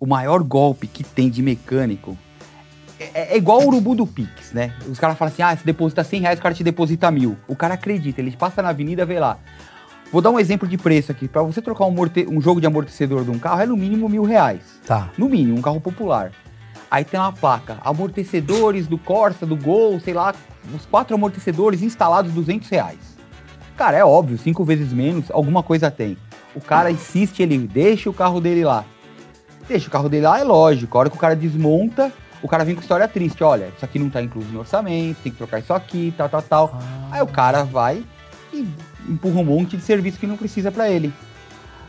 o maior golpe que tem de mecânico é, é igual o urubu do Pix, né? Os caras falam assim, ah, se deposita 100 reais, o cara te deposita mil. O cara acredita, ele passa na avenida, vê lá. Vou dar um exemplo de preço aqui. Pra você trocar um, morte- um jogo de amortecedor de um carro, é no mínimo mil reais. Tá. No mínimo, um carro popular. Aí tem uma placa, amortecedores do Corsa, do Gol, sei lá, os quatro amortecedores instalados, 200 reais. Cara, é óbvio, cinco vezes menos, alguma coisa tem. O cara insiste, ele deixa o carro dele lá. Deixa o carro dele lá, é lógico. A hora que o cara desmonta, o cara vem com história triste. Olha, isso aqui não tá incluso no orçamento, tem que trocar isso aqui, tal, tal, tal. Aí o cara vai e empurra um monte de serviço que não precisa pra ele.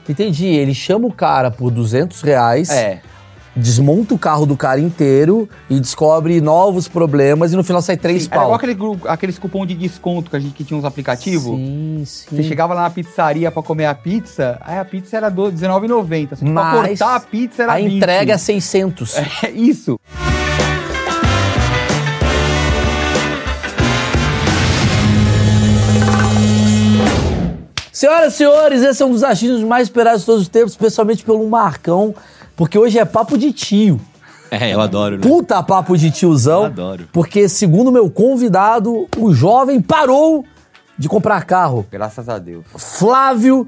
Entendi. Ele chama o cara por 200 reais, É, desmonta o carro do cara inteiro e descobre novos problemas e no final sai três Sim, Era pau. igual aquele, gru- aqueles cupom de desconto que a gente que tinha uns aplicativos. Sim, sim. Você chegava lá na pizzaria pra comer a pizza, aí a pizza era do- R$19,90. Só que pra Mas cortar a pizza era A 20. entrega é 600. É isso. Senhoras e senhores, esse é um dos achismos mais esperados de todos os tempos, especialmente pelo Marcão, porque hoje é papo de tio. É, eu adoro, né? Puta papo de tiozão. Eu adoro. Porque, segundo meu convidado, o jovem parou de comprar carro. Graças a Deus. Flávio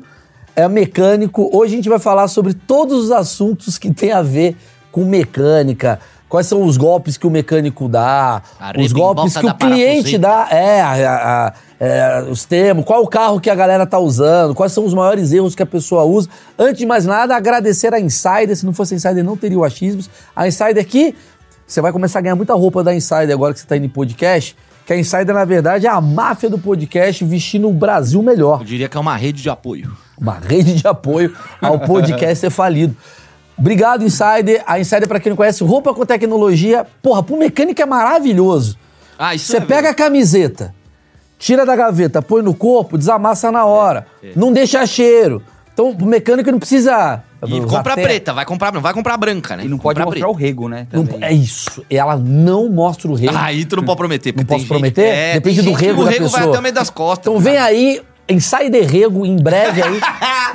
é mecânico. Hoje a gente vai falar sobre todos os assuntos que tem a ver com mecânica. Quais são os golpes que o mecânico dá, A os golpes rebimboca que o da cliente dá, é, a- a- a- é, os termos, qual o carro que a galera tá usando, quais são os maiores erros que a pessoa usa. Antes de mais nada, agradecer a Insider. Se não fosse a Insider, não teria o achismos. A Insider aqui, você vai começar a ganhar muita roupa da Insider agora que você tá indo em podcast. Que a Insider, na verdade, é a máfia do podcast vestindo o Brasil melhor Eu diria que é uma rede de apoio. uma rede de apoio ao podcast ser falido. Obrigado, Insider. A Insider, pra quem não conhece, roupa com tecnologia. Porra, pro mecânico é maravilhoso. Ah, isso Você é pega a camiseta, tira da gaveta, põe no corpo, desamassa na hora. É, Não deixa cheiro. Então, o mecânico não precisa. E usar compra terra. preta, vai comprar, não vai comprar branca, né? E não pode Comprar mostrar o rego, né? Não- também. é isso. Ela não mostra o rei. Ah, Aí tu não pode prometer. porque Não tem posso gente- prometer? É, Depende tem do gente que rego O da rego vai pessoa. até o meio das costas. né? Então vem aí, Insider Rego, em breve aí.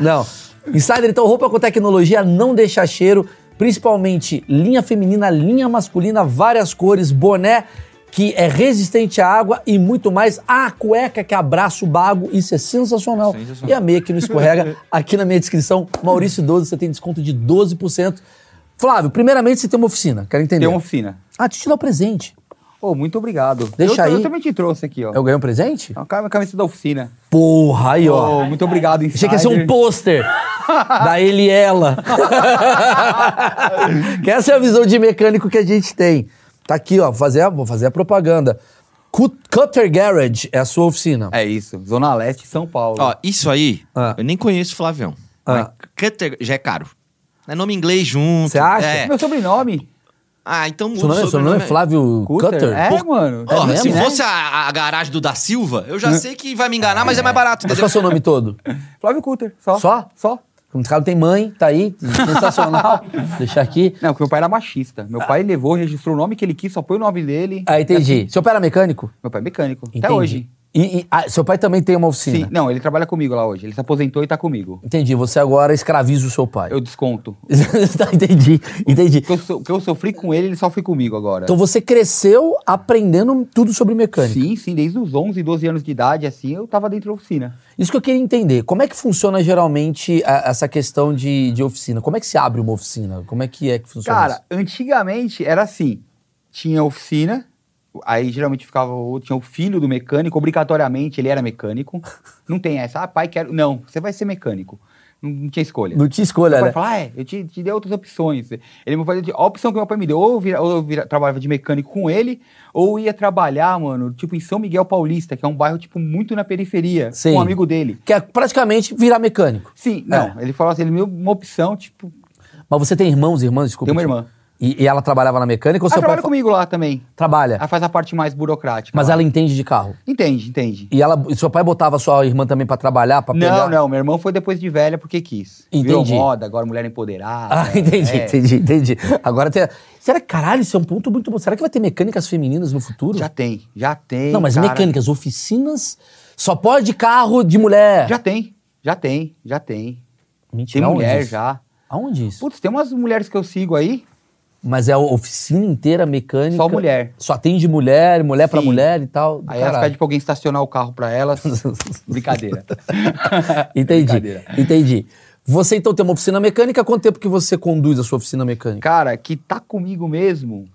não. Insider, então, roupa com tecnologia, não deixa cheiro, principalmente linha feminina, linha masculina, várias cores, boné que é resistente à água e muito mais. A cueca que abraça o bago, isso é sensacional. E a meia que não escorrega, aqui na minha descrição, Maurício 12, você tem desconto de 12%. Flávio, primeiramente você tem uma oficina, quero entender. Tem uma oficina. Ah, deixa eu te dar um presente. Ô, muito obrigado. Deixa eu, aí. Eu também te trouxe aqui, ó. Eu ganhei um presente? É uma cam- camisa da oficina. Porra, aí ó. Ô, muito obrigado, Insider. Achei que ia ser um pôster da ele e ela. que essa é a visão de mecânico que a gente tem. Tá aqui, ó, vou fazer a, vou fazer a propaganda. Cut- Cutter Garage é a sua oficina. É isso. Zona Leste, São Paulo. Ó, isso aí, Ah. eu nem conheço o Flavião. Ah. Mas Cutter já é caro. É nome inglês junto. Você acha? É. Meu sobrenome. Ah, então muda Seu nome, o seu nome é Flávio Cutter? É, Por- mano. Ó, É se mesmo, né? fosse a, a garagem do da Silva, eu já sei que vai me enganar, mas é mais barato. Mas entendeu? qual é o seu nome todo? Flávio Cutter. Só? Só? Só. Como cara tem mãe, tá aí, sensacional. Deixar aqui. Não, porque meu pai era machista. Meu pai levou, registrou o nome que ele quis, só põe o nome dele. Ah, entendi. Seu pai era mecânico? Meu pai é mecânico. Entendi. É. né? Até hoje. E, e- ah, seu pai também tem uma Sim. oficina? Não, ele trabalha comigo lá hoje. Ele se aposentou e tá comigo. Entendi. Você agora escraviza o seu pai. Eu desconto. Tá, entendi, entendi. O que eu, so- o que eu sofri com ele, ele sofre comigo agora. Então você cresceu aprendendo tudo sobre mecânica. Sim, sim, desde os 11, 12 anos de idade, assim, eu tava dentro da oficina. Isso que eu queria entender. Como é que funciona geralmente a- essa questão de, de oficina? Como é que se abre uma oficina? Como é que é que funciona Cara, isso? antigamente era assim: tinha oficina, aí geralmente ficava, o- tinha o filho do mecânico, obrigatoriamente ele era mecânico. Não tem essa, ah, pai, quero. Não, você vai ser mecânico. Não, não tinha escolha. Não tinha escolha, Meu né? pai fala, ah, é, eu te, te dei outras opções. Ele me falou, a opção que meu pai me deu, ou eu, vira, ou eu vira- trabalhava de mecânico com ele, ou ia trabalhar, mano, tipo, em São Miguel Paulista, que é um bairro, tipo, muito na periferia, Sim. É. com um amigo dele. Que é praticamente virar mecânico. Sim, não, ele falou assim, ele me deu uma opção, tipo, Mas você tem irmãos e irmãs? Desculpa. Tenho uma te- irmã. E, e ela trabalhava na mecânica ou ela seu pai trabalha fa- comigo Ah, tá. lá também. trabalha? Ela faz a parte mais burocrática. Mas lá. ela entende de carro. Entende, entende. E ela, e seu pai botava sua irmã também pra trabalhar, pra pegar? Não, não, meu irmão foi depois de velha porque quis. Virou Entendi. moda, agora mulher empoderada. Ah, entendi, é. entendi, entendi. Agora tem. Será que, caralho, isso é um ponto muito bom. Será que vai ter mecânicas femininas no futuro? Já tem, já tem. Não, mas cara. mecânicas, oficinas, só pode carro de mulher. Já tem, já tem, já tem. Tem Mentira, onde mulher isso? já. Aonde isso? Putz, tem umas mulheres que eu sigo aí, Mas é a oficina inteira mecânica. só mulher. Só atende mulher, mulher pra Sim. mulher e tal. do Aí elas caralho. pedem pra alguém estacionar o carro pra elas. Brincadeira. Entendi. Brincadeira. Entendi. Você então tem uma oficina mecânica, quanto tempo que você conduz a sua oficina mecânica? Cara, que tá comigo mesmo.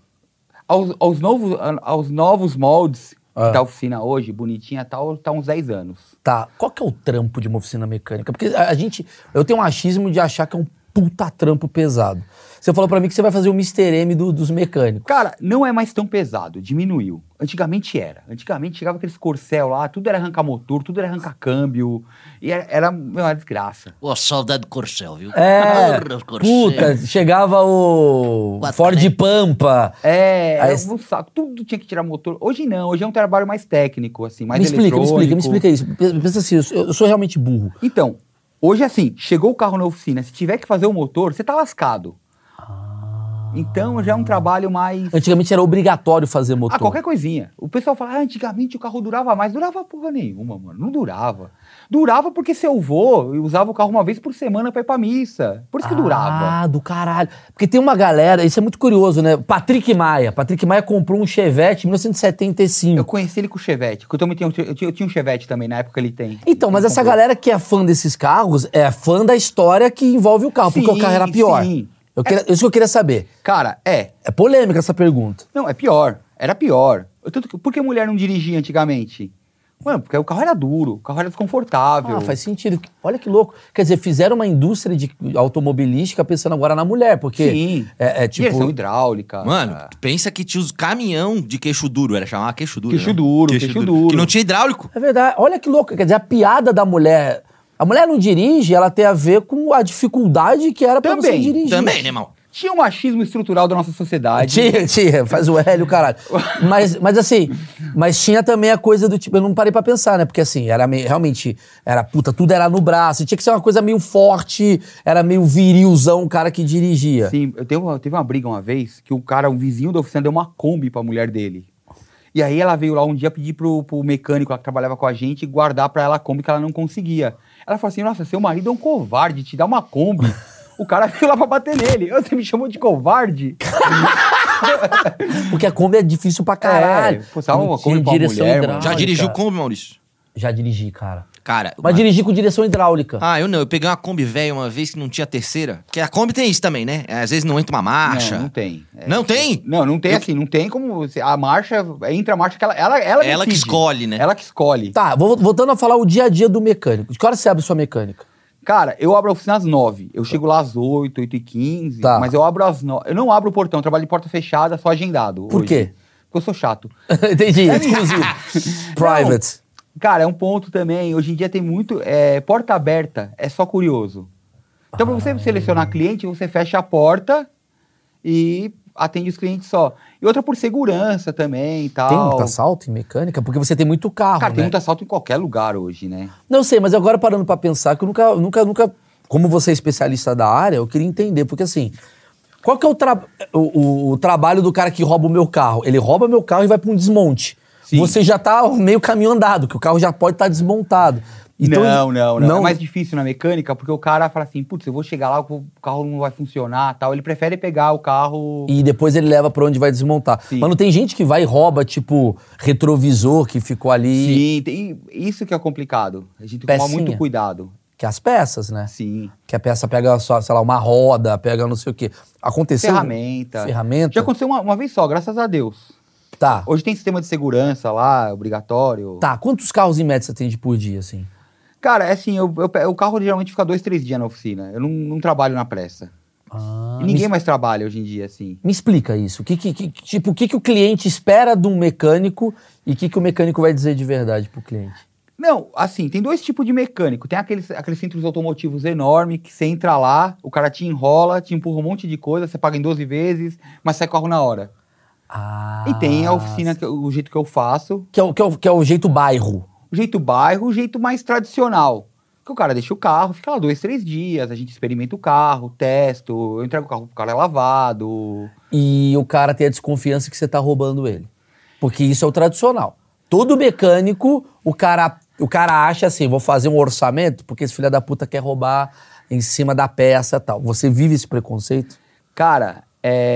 Aos, aos novos, aos novos moldes Ah. que tá a oficina hoje, bonitinha e tal, tá uns 10 anos. Tá, qual que é o trampo de uma oficina mecânica? Porque a, a gente. Eu tenho um achismo de achar que é um puta trampo pesado. Você falou pra mim que você vai fazer o Mr. M do- dos mecânicos. Cara, não é mais tão pesado, diminuiu. Antigamente era. Antigamente chegava aqueles corcel lá, tudo era arrancar motor, tudo era arrancar câmbio. E era, era meu, uma desgraça. Ô, saudade do Corcel, viu? É, Porra, Corcel. puta, chegava o Quatro Ford canetas. Pampa. É, era Aí- um saco. Tudo tinha que tirar motor. Hoje não, hoje é um trabalho mais técnico, assim, mais me explica, me eletrônico. explica, me explica isso. Pe- Pensa assim, eu sou, eu sou realmente burro. Então, hoje assim, chegou o carro na oficina, se tiver que fazer o motor, você tá lascado. Ah. Então já é um trabalho mais. Antigamente era obrigatório fazer motor. Ah, qualquer coisinha. O pessoal fala, ah, antigamente o carro durava mais. Durava porra nenhuma, mano. Não durava. Durava porque seu avô usava o carro uma vez por semana pra ir pra missa. Por isso que durava. Ah, do caralho. Porque tem uma galera, isso é muito curioso, né? Patrick Maia. Patrick Maia comprou um Chevette em 1975. Eu conheci ele com o Chevette, que eu também tinha, um- eu tinha, eu tinha um Chevette também, na época ele tem. Então, mas Ele essa comprou. galera que é fã desses carros é fã da história que envolve o carro, porque Sim, o carro era pior. sim. Eu queria- Isso que eu queria saber. Cara, é. É polêmica essa pergunta. Não, é pior. Era pior. Eu- Tanto que, por que mulher não dirigia antigamente? Mano, porque o carro era duro, o carro era desconfortável. Ah, faz sentido. Olha que louco. Quer dizer, fizeram uma indústria de automobilística pensando agora na mulher, porque Sim. é, é tipo Direção hidráuca. Mano, tu pensa que tinha os caminhão de queixo duro, era chamar queixo duro. Queixo né? duro, queixo duro. Que não tinha hidráulico. É verdade. Olha que louco. Quer dizer, a piada da mulher. A mulher não dirige, ela tem a ver com a dificuldade que era pra você Também, dirigir. Também, né, irmão? Tinha um machismo estrutural da nossa sociedade. Tinha, tinha, faz o L, o caralho. Mas, mas assim, mas tinha também a coisa do tipo, eu não parei pra pensar, né? Porque assim, era meio, realmente, era puta, tudo era no braço, tinha que ser uma coisa meio forte, era meio virilzão o cara que dirigia. Sim, eu teve, uma, teve uma briga uma vez que o cara, um vizinho da oficina, deu uma Kombi pra mulher dele. E aí ela veio lá um dia pedir pro, pro mecânico lá que trabalhava com a gente guardar pra ela a Kombi que ela não conseguia. Ela falou assim: Nossa, seu marido é um covarde, te dá uma Kombi. o cara veio lá pra bater nele. Você me chamou de covarde? Porque a Kombi é difícil pra caralho. É, pô, sabe uma Não tinha Kombi pra direção mulher, mano? hidráulica. Já dirigiu o Kombi, Maurício? Já dirigi, cara. Cara, Mas dirigi com direção hidráulica. Ah, eu não. Eu peguei uma Kombi velha uma vez que não tinha terceira. Porque a Kombi tem isso também, né? Às vezes não entra uma marcha. Não, não tem. É. Não tem? Não, não tem assim, não tem como. você- A marcha, entra a marcha que ela. Ela, ela, Ela que decide. escolhe, né? Ela que escolhe. Tá, vou- voltando a falar o dia a dia do mecânico. De que hora você abre sua mecânica? Cara, eu abro a oficina às 9. Eu chego lá às 8, 8 e 15. Tá. Mas eu abro às 9. Eu não abro o portão, eu trabalho de porta fechada, só agendado. Por hoje. quê? Porque eu sou chato. Entendi, exclusivo. Private. Cara, é um ponto também. Hoje em dia tem muito. é, porta aberta é só curioso. Então, pra você selecionar cliente, você fecha a porta e atende os clientes só. E outra por segurança também e Tem tá tal. muito assalto em mecânica? Porque você tem muito carro, Cara, né? tem muito assalto em qualquer lugar hoje, né? Não sei, mas agora parando pra pensar, que eu nunca, nunca, nunca, como você é especialista da área, eu queria entender, porque assim, qual que é o, tra- o- o- o trabalho do cara que rouba o meu carro? Ele rouba meu carro e vai pra um desmonte. Sim. Você já tá meio caminho andado, que o carro já pode estar desmontado. Então, não, não, não, É mais difícil na mecânica, porque o cara fala assim, putz, eu vou chegar lá, o carro não vai funcionar tal. Ele prefere pegar o carro. E depois ele leva pra onde vai desmontar. Sim. Mas não tem gente que vai e rouba, tipo, retrovisor que ficou ali, Sim, tem- isso que é complicado. A gente tem que tomar Pecinha. muito cuidado. que é as peças, né? Sim. Que a peça pega só, sei lá, uma roda, pega não sei o quê. Aconteceu? Ferramenta. é Ferramenta? Já aconteceu uma, uma vez só, graças a Deus. Tá. Hoje tem sistema de segurança lá, obrigatório. Tá, quantos carros em média você atende por dia, assim? Cara, é assim, eu, eu pe- o carro geralmente fica dois, três dias na oficina. Eu não, não trabalho na pressa. Ah, e ninguém mais trabalha hoje em dia, assim. Me explica isso. O Que, que, que- tipo, o que, que o cliente espera de um mecânico e o que, que o mecânico vai dizer de verdade pro cliente? Não, assim, tem dois tipos de mecânico. Tem aqueles, aqueles centros automotivos enormes que você entra lá, o cara te enrola, te empurra um monte de coisa, você paga em 12 vezes, mas sai carro na hora. Ah, e tem a oficina, que, eu- o jeito que eu faço, Que é, o, que, é o, que é o jeito bairro. o jeito bairro, o jeito mais tradicional. Que o cara deixa o carro, fica lá dois, três dias, a gente experimenta o carro, testo, eu entrego o carro pro cara é lavado. E o cara tem a desconfiança que você tá roubando ele. Porque isso é o tradicional. Todo mecânico, o cara, o cara acha assim, vou fazer um orçamento porque esse filho da puta quer roubar em cima da peça e tal. Você vive esse preconceito? Cara,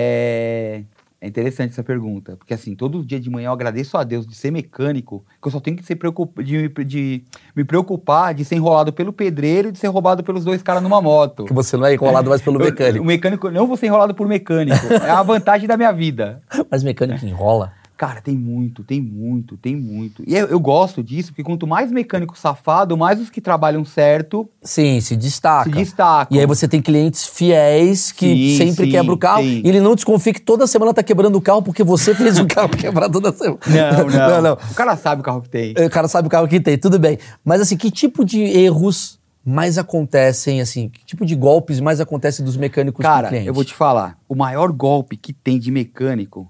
é... é interessante essa pergunta. Porque assim, todo dia de manhã eu agradeço a Deus de ser mecânico, que eu só tenho que ser preocup... de, me- de me preocupar de ser enrolado pelo pedreiro e de ser roubado pelos dois caras numa moto. Que você não é enrolado mais pelo Eu- mecânico. o mecânico, não vou ser enrolado por mecânico. é a vantagem da minha vida. Mas mecânico enrola. Cara, tem muito, tem muito, tem muito. E eu, eu gosto disso, porque quanto mais mecânico safado, mais os que trabalham certo Sim, se destaca. se destacam. E aí você tem clientes fiéis Sim, que sempre sim, quebra o carro. sim. E ele não desconfia que toda semana tá quebrando o carro porque você fez o carro quebrar toda semana. Não, não. não, não. O cara sabe o carro que tem. O cara sabe o carro que tem, tudo bem. Mas assim, que tipo de erros mais acontecem, assim? Que tipo de golpes mais acontecem dos mecânicos com Cara, cliente? eu vou te falar. O maior golpe que tem de mecânico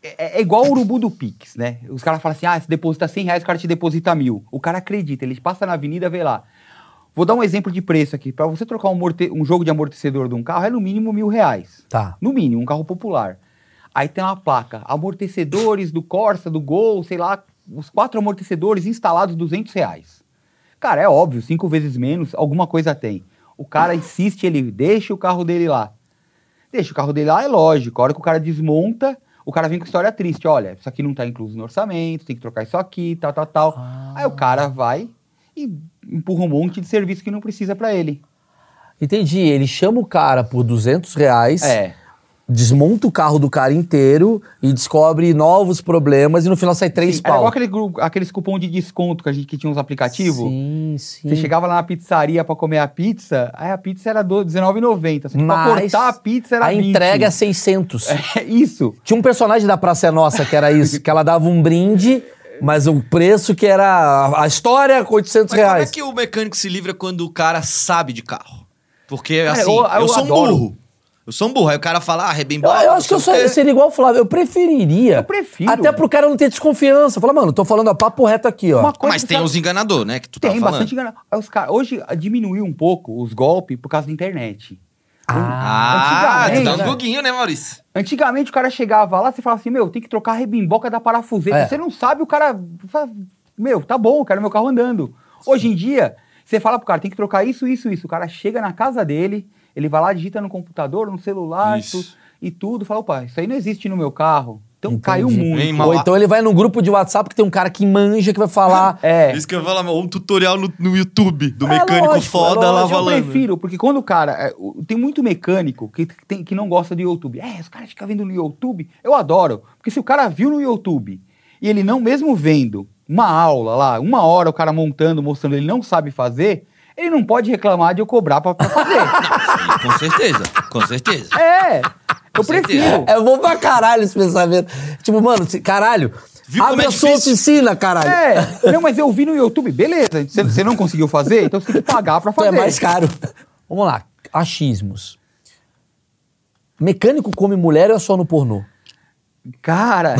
é, é- é igual o urubu do Pix, né? Os caras falam assim, ah, se deposita 100 reais, o cara te deposita mil. O cara acredita, ele passa na avenida, vê lá. Vou dar um exemplo de preço aqui. Pra você trocar um, morte- um jogo de amortecedor de um carro, é no mínimo mil reais. Tá. No mínimo, um carro popular. Aí tem uma placa, amortecedores do Corsa, do Gol, sei lá, os quatro amortecedores instalados, 200 reais. Cara, é óbvio, cinco vezes menos, alguma coisa tem. O cara insiste, ele deixa o carro dele lá. Deixa o carro dele lá, é lógico. A hora que o cara desmonta, o cara vem com história triste. Olha, isso aqui não tá incluso no orçamento, tem que trocar isso aqui, tal, tal, tal. Aí o cara vai e empurra um monte de serviço que não precisa pra ele. Entendi. Ele chama o cara por 200 reais, É. desmonta o carro do cara inteiro e descobre novos problemas e no final sai três Sim, é um Era pau. igual aquele gru- aqueles cupom de desconto que a gente que tinha uns aplicativos. Sim, sim. Você chegava lá na pizzaria pra comer a pizza, aí a pizza era do- R$19,90. Só que pra Mas cortar a pizza era a 20. entrega é 600. É isso. Tinha um personagem da Praça é Nossa que era isso, que ela dava um brinde, mas o preço que era... A história com 800 Mas como é reais. que o mecânico se livra quando o cara sabe de carro? Porque, Cara, assim, eu, É, eu- eu sou adoro. um burro. Eu sou um burro. Aí o cara fala, ah, Eu, rebembala. eu acho que eu sou, eu tipo seria igual o Flávio. Eu preferiria. Eu prefiro. Até pro cara não ter desconfiança. Falar, mano, tô falando a papo reto aqui, ó. Uma coisa Mas que tem você- os enganador, né? Que tu Tá tava Tem falando. bastante engana- Aí os cara, hoje ah, diminuiu um pouco os golpes por causa da internet. Ah, tu dá Antigamente, um né? guguinho, né, Maurício? Antigamente o cara chegava lá, você falava assim, meu, tem que trocar a rebimboca da parafuseta. É. Você não sabe, o cara fala, meu, tá bom, eu quero meu carro andando. Hoje em dia, você fala pro cara, tem que trocar isso, isso, isso. O cara chega na casa dele, ele vai lá, digita no computador, no celular Isso. tu- e tudo. Fala, opa, isso aí não existe no meu carro. Então caiu Entendi. muito. Em Ou então ele vai num grupo de WhatsApp que tem um cara que manja, que vai falar... É. Isso que eu falo, um tutorial no, no YouTube do É mecânico lógico, foda é tá lá Eu falando. prefiro, porque quando o cara. é, o- Tem muito mecânico que, tem, que não gosta do YouTube. É, os caras ficam vendo no YouTube. Eu adoro. Porque se o cara viu no YouTube e ele não, mesmo vendo uma aula lá, uma hora o cara montando, mostrando, ele não sabe fazer, ele não pode reclamar de eu cobrar pra, pra fazer. Sim, Com certeza, com certeza. é! Com Eu certeza. prefiro. É bom pra caralho esse pensamento. Tipo, mano, se- caralho, Viu como abre é a sua difícil? oficina, caralho. É, não, mas eu vi no YouTube, beleza, você- você não conseguiu fazer, então você tem que pagar pra Então fazer. é mais caro. Vamos lá, achismos. Mecânico come mulher ou é só no pornô? Cara,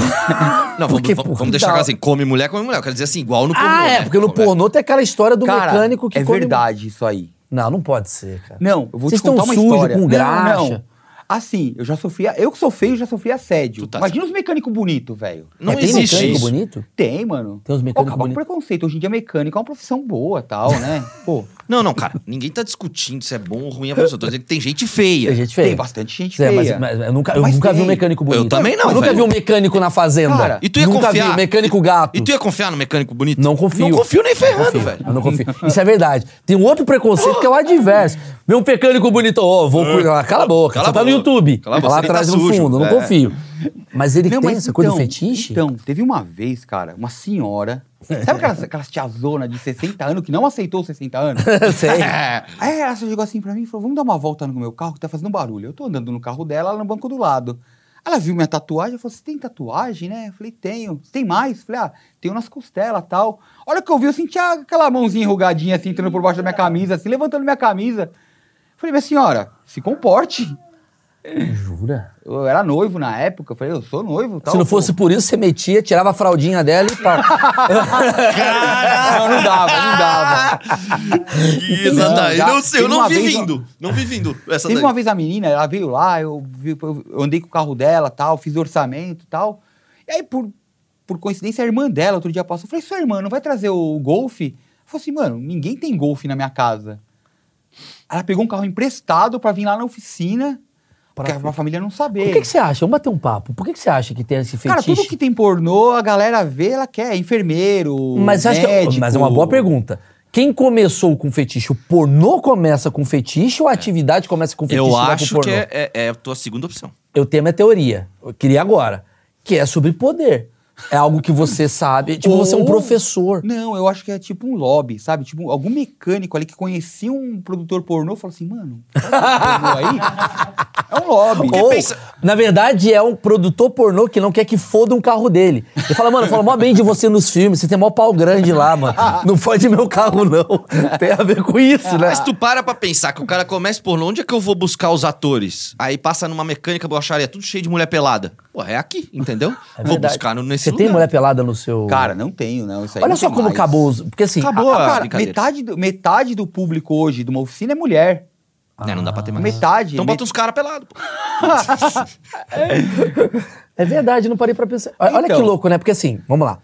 Não, vamos, Porque, vamos- porra, vamos deixar dá- claro assim, come mulher, come mulher. Eu quero dizer assim, igual no pornô. ah, é, né? porque no Como pornô tem aquela história do cara, mecânico que é come... verdade isso aí. Não, não pode ser, cara. É, Não, eu vou Vocês te contar tão uma sujo, história. com graxa. Não, não. Assim, eu já sofria. Eu que sou feio, já sofri assédio. Tu tá- Imagina os mecânicos bonitos, velho. Não É, tem existe mecânico isso. bonito? Tem, mano. Tem uns Pô, mecânicos acaba com o bonitos. preconceito. Hoje em dia, mecânico é uma profissão boa tal, né? Pô, Não, não, cara. Ninguém tá discutindo se é bom ou ruim a pessoa. Tô dizendo que tem gente feia. Tem gente feia. tem bastante gente É, feia. mas, mas eu nunca, eu Mas nunca vi um tem. mecânico bonito. Eu também não, Eu nunca velho. vi um mecânico na fazenda. Cara, E tu ia nunca confiar. vi um mecânico gato. E tu ia confiar no mecânico bonito? Não confio. Não confio nem ferrando, Confio. velho. Eu não confio. Isso é verdade. Tem um outro preconceito que é o adverso. Vê um mecânico bonito, ó, vou cuidar. Cala a boca, Cala você a tá no boca. YouTube. Cala a boca, lá você nem tá atrás no sujo. fundo, não É. confio. Mas ele tem essa coisa do então- fetiche? Então, teve uma vez, cara, uma senhora. Sabe aquelas, aquelas tiazona de 60 anos que não aceitou os 60 anos? Sei. Aí ela chegou assim pra mim e falou: Vamos dar uma volta no meu carro que tá fazendo barulho. Eu tô andando no carro dela, ela no banco do lado. Ela viu minha tatuagem e falou: Você tem tatuagem, né? Eu falei: Tenho. Você tem mais? Eu falei: Ah, tenho nas costelas tal. A hora que eu vi, eu senti a- aquela mãozinha enrugadinha assim, entrando por baixo da minha camisa, assim, levantando minha camisa. Eu falei: Minha senhora, se comporte. Jura? Eu era noivo na época. Eu falei: Eu sou noivo Então, tal. Se não pô." fosse por isso, você metia, tirava a fraldinha dela e pau. Não, não dava, não dava. Isso, tá. Eu já- não sei, eu teve não uma vi vez- vindo. Não vi vindo essa Teve daí. uma vez a menina, ela veio lá, eu, vi- eu andei com o carro dela, tal, fiz orçamento tal. E aí, por, por coincidência, a irmã dela outro dia passou. Eu falei, sua irmã, não vai trazer o golfe? Ela falou assim, mano, ninguém tem golfe na minha casa. Ela pegou um carro emprestado pra vir lá na oficina, Pra pra, pra família não saber. Por que, que você acha? Vamos bater um papo. Por que, que você acha que tem esse fetiche? Cara, tudo que tem pornô, a galera vê, ela quer. Enfermeiro, Mas, acho médico. que, mas é uma boa pergunta. Quem começou com fetiche? O pornô começa com fetiche ou a atividade começa com fetiche? e Eu vai pro acho pornô? que é, é, é a tua segunda opção. Eu tenho a minha teoria. Eu queria agora. Que é sobre poder. É algo que você sabe. Tipo, você é um Ou- professor. Não, eu acho que é tipo um lobby, sabe? Tipo, algum mecânico ali que conhecia um produtor pornô falou assim, mano, sabe esse pornô aí? É um lobby. Ou, na verdade, é um produtor pornô que não quer que foda um carro dele. Ele fala, mano, fala mó bem de você nos filmes, você tem mó pau grande lá, mano. Não fode meu carro, não. Tem a ver com isso, né? É, Mas tu para pra pensar que o cara começa por onde é que eu vou buscar os atores? Aí passa numa mecânica borracharia, tudo cheio de mulher pelada. Pô, é aqui, entendeu? É vou verdade. buscar no, nesse Você lugar. tem mulher pelada no seu... Cara, não tenho, não. Isso aí Olha não só tem como mais. acabou os... Porque assim... Acabou Ah, a cara, brincadeira. metade do, metade do público hoje de uma oficina é mulher. É, não dá pra ter mais. Metade. Então met- bota uns caras pelados. É verdade, não parei pra pensar. Olha olha Então. que louco, né? Porque assim, vamos lá.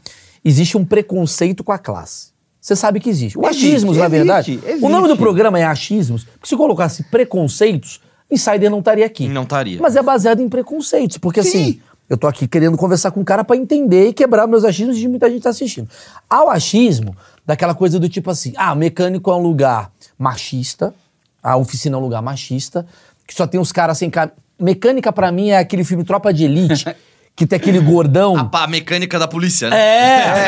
Existe um preconceito com a classe. Você sabe que existe. O Existe, achismos, na existe, verdade. existe. O nome do programa é achismos, porque se colocasse preconceitos, insider não estaria aqui. Não estaria. Mas é baseado em preconceitos, porque Sim. assim, eu tô aqui querendo conversar com o cara pra entender e quebrar meus achismos de muita gente tá assistindo. Ao achismo, daquela coisa do tipo assim, ah, mecânico é um lugar machista, a oficina é um lugar machista, que só tem os caras sem cara. Mecânica pra mim é aquele filme Tropa de Elite, que tem aquele gordão. A, pá, a mecânica da polícia, né?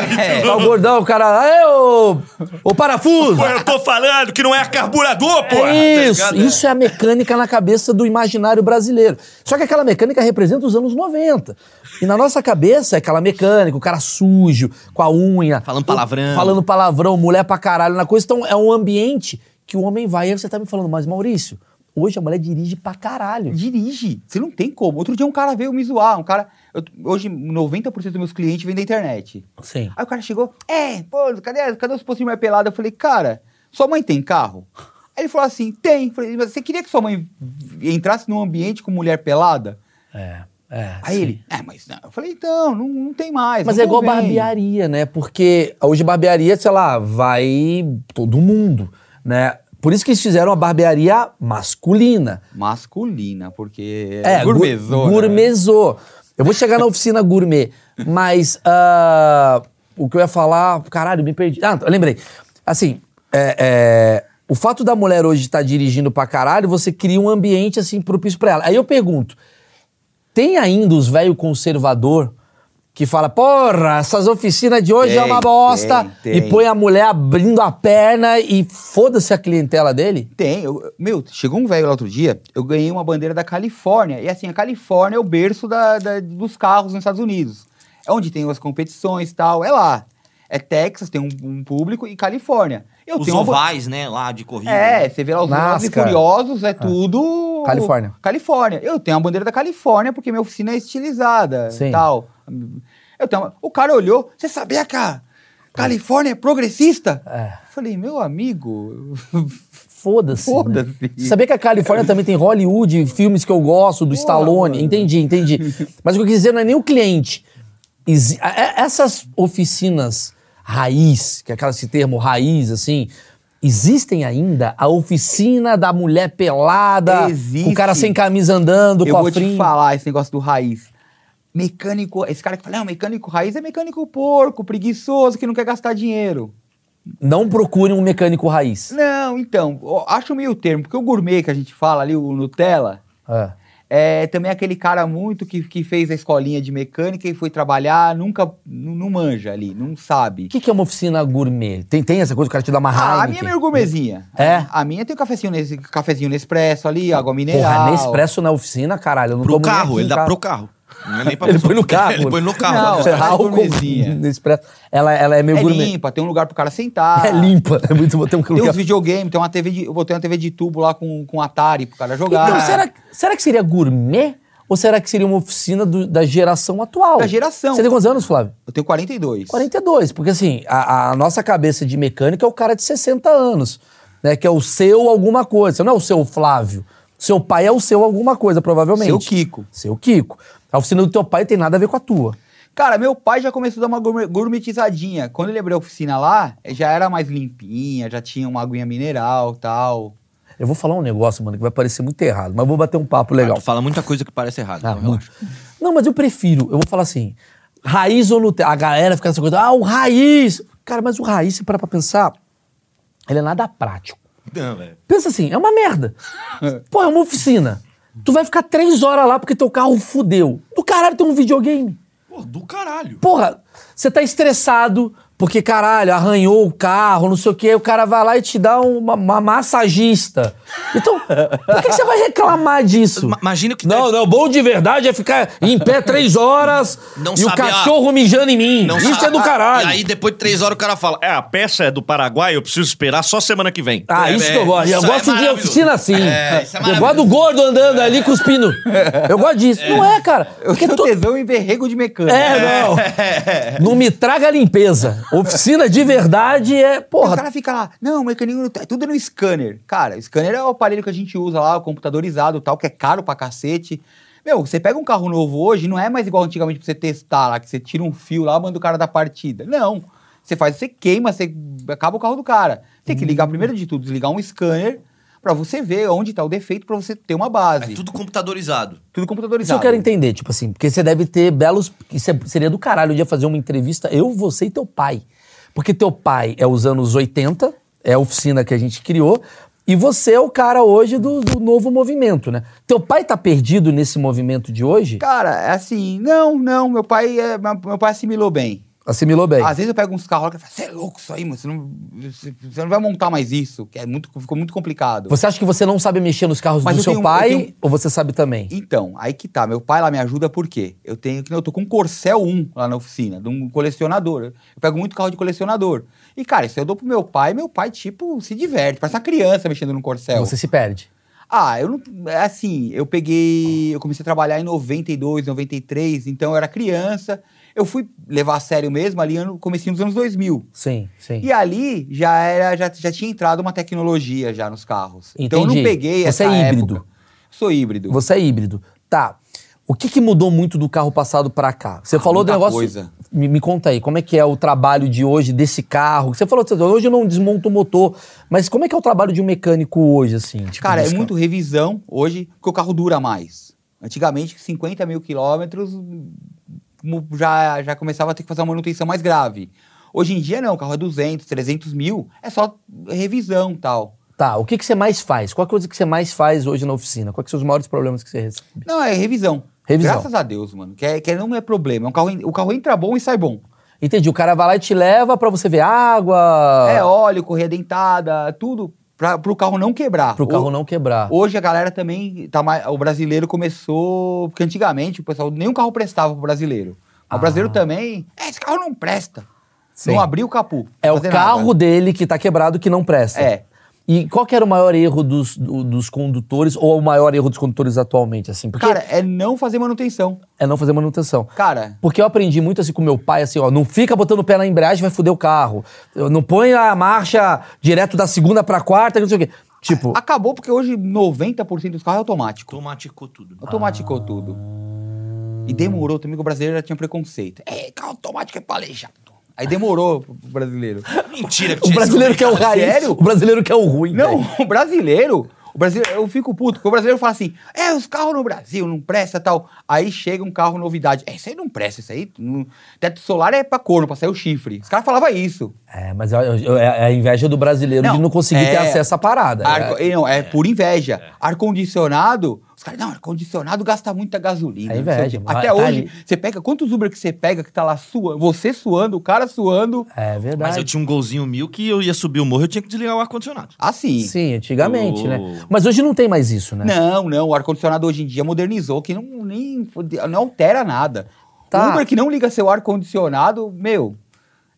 É, é, o gordão, o cara, lá, é o, o parafuso. eu tô falando que não é carburador, pô! É isso, isso é a mecânica na cabeça do imaginário brasileiro. Só que aquela mecânica representa os anos 90. E na nossa cabeça é aquela mecânica, o cara sujo, com a unha. Falando palavrão. Falando palavrão, mulher pra caralho na coisa. Então é um ambiente que o homem vai. Aí você tá me falando, mas Maurício, hoje a mulher dirige pra caralho. é Dirige. Você não tem como. Outro dia um cara veio me zoar. Um cara. eu- hoje, 90% dos meus clientes vêm da internet. Sim. Aí o cara chegou, é, pô, cadê, cadê os postos de mulher pelada? Eu falei, cara, sua mãe tem carro? Aí ele falou assim, tem. Eu falei, mas você queria que sua mãe entrasse num ambiente com mulher pelada? É, é. Aí ele, é, mas não. Eu falei, então, não, não tem mais. Mas não é igual convém." barbearia, né? Porque hoje barbearia, sei lá, vai todo mundo, né? Por isso que eles fizeram a barbearia masculina. Masculina, porque É, gu- gourmetzona, né? Gourmetizou. Eu vou chegar na oficina gourmet, mas ah, o que eu ia falar, caralho, me perdi. Ah, eu lembrei. Assim, é, é, o fato da mulher hoje estar dirigindo pra caralho, você cria um ambiente assim propício pra ela. Aí eu pergunto, tem ainda os velho conservador que fala, porra, essas oficinas de hoje é Tem, uma bosta, tem, tem. e põe a mulher abrindo a perna e foda-se a clientela dele? Tem. eu- meu, chegou um velho lá outro dia, eu ganhei uma bandeira da Califórnia. E assim, a Califórnia é o berço da- da- dos carros nos Estados Unidos. É onde tem as competições e tal. É lá. É Texas, tem um, um público, e Califórnia. é Eu Os tenho uma ba- ovais, né, lá de corrida. É, você vê lá os Velozes e NASCAR. Ah. Furiosos, é tudo... Califórnia. Califórnia. Eu tenho a bandeira da Califórnia porque minha oficina é estilizada Sim. e tal. Eu tenho uma- O cara olhou, você sabia que a Califórnia é progressista? É. Eu Falei, meu amigo, Foda-se. né? Foda-se. Você Sabia que a Califórnia também tem Hollywood, filmes que eu gosto, do Stallone. mano. Entendi, entendi. Mas o que eu quis dizer não é nem o cliente. Exi- a- é- Essas oficinas raiz, que é aquela, esse termo raiz, assim, existem ainda? A oficina da mulher pelada, com Existe. o cara sem camisa andando, eu com vou a frinha. te falar esse negócio do raiz. Mecânico, esse cara que fala, não, mecânico raiz é mecânico porco, preguiçoso, que não quer gastar dinheiro. Não procure um mecânico raiz. Não, então, ó, acho meio termo, porque o gourmet que a gente fala ali, o Nutella, É. É também aquele cara muito que, que fez a escolinha de mecânica e foi trabalhar, nunca, n- não manja ali, não sabe. O que, que é uma oficina gourmet? Tem, tem essa coisa, o cara te dá uma Ah, raiva. a minha é meio gourmetzinha. É? A minha tem um cafezinho, nesse, cafezinho Nespresso ali, água mineral. Porra, é Nespresso na oficina, caralho. Eu não Pro tomo nem aqui carro, em ele dá casa. pro carro. Não é nem pra Ele pessoa. põe no carro. Ele põe no carro. Não, né? é álcool gourmetzinha. no Expresso. Ela, ela é meio É gourmet. limpa, tem um lugar pro cara sentar. É limpa. É muito bom ter um Tem lugar. uns videogames, tem uma TV de, eu botei uma TV de tubo lá com, com um Atari pro cara jogar. Então, será, será que seria gourmet? Ou será que seria uma oficina do- da geração atual? Da geração. Você tem quantos anos, Flávio? Eu tenho 42. 42. Porque assim, a, a nossa cabeça de mecânica é o cara de 60 anos. Né, que é o seu alguma coisa. Você não é o seu Flávio. Seu pai é o seu alguma coisa, provavelmente. Seu Kiko. Seu Kiko. A oficina do teu pai tem nada a ver com a tua. Cara, meu pai já começou a dar uma gourmet- gourmetizadinha. Quando ele abriu a oficina lá, já era mais limpinha, já tinha uma aguinha mineral e tal. Eu vou falar um negócio, mano, que vai parecer muito errado, mas eu vou bater um papo legal. Tu fala muita coisa que parece errada. Ah, então muito. relaxa. Não, mas eu prefiro. Eu vou falar assim: raiz ou Nutella? A galera fica nessa coisa, ah, o raiz! Cara, mas o raiz, se parar pra pensar, ele é nada prático. Não, velho. Pensa assim, é uma merda. Pô, é uma oficina. Tu vai ficar três horas lá porque teu carro fudeu. Do caralho tem um videogame. Pô, do caralho. Porra, você tá estressado porque, caralho, arranhou o carro, não sei o quê, o cara vai lá e te dá um, uma, uma massagista. Então, por que que você vai reclamar disso? Ma- imagina o que Não, não, bom de verdade é ficar em pé três horas Não e o sabe a- cachorro mijando em mim. Não Isso sabe- é do caralho. E aí depois de três horas o cara fala: É, a peça é do Paraguai, eu preciso esperar só semana que vem. Ah, É, isso é, que eu gosto. Eu isso é gosto de maravilhoso. oficina assim. É, isso é eu gosto maravilhoso. É. do gordo andando ali cuspindo. Eu gosto disso. Não é, cara. Eu Porque tenho to- tesão em verrego de mecânica. né? É, não. É. Não me traga limpeza. Oficina de verdade é. Porra. O Porra, cara fica lá, não, mecânico não tem- é tudo no scanner. Cara, o scanner é o aparelho que a gente usa lá, o computadorizado e tal, que é caro pra cacete. Meu, você pega um carro novo hoje, não é mais igual antigamente pra você testar lá, que você tira um fio lá, manda o cara da partida. Não. Você faz, você queima, você acaba o carro do cara. Você tem que Hum. ligar, primeiro de tudo, desligar um scanner pra você ver onde tá o defeito, pra você ter uma base. É tudo, tudo computadorizado. isso computadorizado. eu quero entender, tipo assim, porque você deve ter belos. Isso é- seria do caralho um dia fazer uma entrevista, eu, você e teu pai. Porque teu pai é os anos 80, é a oficina que a gente criou, e você é o cara hoje do, do novo movimento, né? Teu pai tá perdido nesse movimento de hoje? Cara, é assim, não, não, meu pai, é- meu pai assimilou bem. Assimilou bem. Às vezes eu pego uns carros lá que eu falo, você é louco isso aí, mano. Você não, você- você não vai montar mais isso, que é muito, ficou muito complicado. Você acha que você não sabe mexer nos carros Mas do eu seu tenho- pai eu tenho- ou você sabe também? Então, aí que tá. Meu pai lá me ajuda por quê? Eu tenho que. Eu tô com um Corcel 1 lá na oficina, de um colecionador. Eu pego muito carro de colecionador. E, cara, isso eu dou pro meu pai, meu pai, tipo, se diverte. Parece uma criança mexendo no Corcel. Você se perde. Ah, eu não. é Assim, eu peguei. Eu comecei a trabalhar em 92, 93, então eu era criança. Eu fui levar a sério mesmo ali no comecinho dos anos 2000. Sim, sim. E ali já era, já, já tinha entrado uma tecnologia já nos carros. Então eu não Entendi. peguei Você essa é época. híbrido. Sou híbrido. Você é híbrido. Tá. O que, que mudou muito do carro passado pra cá? Você Ah, falou do muita negócio. coisa. Me, me conta aí, como é que é o trabalho de hoje desse carro? Você falou, hoje eu não desmonto o motor, mas como é que é o trabalho de um mecânico hoje, assim? tipo, Cara, é desse muito revisão hoje, porque o carro dura mais. Antigamente, 50 mil quilômetros mu- já, já começava a ter que fazer uma manutenção mais grave. Hoje em dia, não, o carro é 200, 300 mil, é só revisão e tal. carro? Tá, o que, que você mais faz? Qual a coisa que você mais faz hoje na oficina? Quais são os maiores problemas que você recebe? Não, é revisão. Revisão. Graças a Deus, mano. Que, é- que não é problema. É um carro, en- o carro entra bom e sai bom. Entendi, o cara vai lá e te leva pra você ver água, É óleo, correia dentada, tudo para o carro não quebrar. pro O- carro não quebrar. Hoje a galera também tá mais, o brasileiro começou, porque antigamente o pessoal nenhum carro prestava pro brasileiro. Ah. O brasileiro também, "É, esse carro não presta. Sim. Não abriu o capô. É o fazer carro nada. dele que tá quebrado que não presta. É. E qual que era o maior erro dos, do- dos condutores, ou o maior erro dos condutores atualmente, assim? Porque Cara, é não fazer manutenção. é não fazer manutenção. Cara, Porque eu aprendi muito assim com meu pai, assim, ó, não fica botando o pé na embreagem, vai foder o carro. Eu Não põe a marcha direto da segunda pra quarta, não sei o quê. Tipo, acabou porque hoje 90% dos carros é automático. Automaticou tudo. Ah. Automaticou tudo. E demorou também que o brasileiro já tinha preconceito. É, carro automático é palejado. Aí demorou pro brasileiro. Mentira que o tinha brasileiro esse que é o cara. raiz, Sério? o brasileiro que é o ruim. Não, velho. o brasileiro, o brasileiro, eu fico puto, porque o brasileiro fala assim, é, os carros no Brasil não presta tal. Aí chega um carro novidade, é, isso aí não presta, isso aí, não- teto solar é pra corno, pra sair o chifre. Os caras falavam isso. É, mas eu- eu- eu- é a inveja do brasileiro de Não, não conseguir ter é- acesso à parada. Ar- é. e não, é, por inveja. Ar-condicionado, os caras, não, ar-condicionado gasta muita gasolina. É não sei o inveja, quê. mas Até tá hoje, ali. você pega, quantos Uber que você pega que tá lá suando, você suando, o cara suando, É verdade. Mas eu tinha um golzinho mil que eu ia subir o morro eu tinha que desligar o ar-condicionado. assim. Sim, antigamente, O- né? Mas hoje não tem mais isso, né? Não, não. O ar-condicionado hoje em dia modernizou, que não, nem, fode- não altera nada. Tá. O Uber que não liga seu ar-condicionado, meu,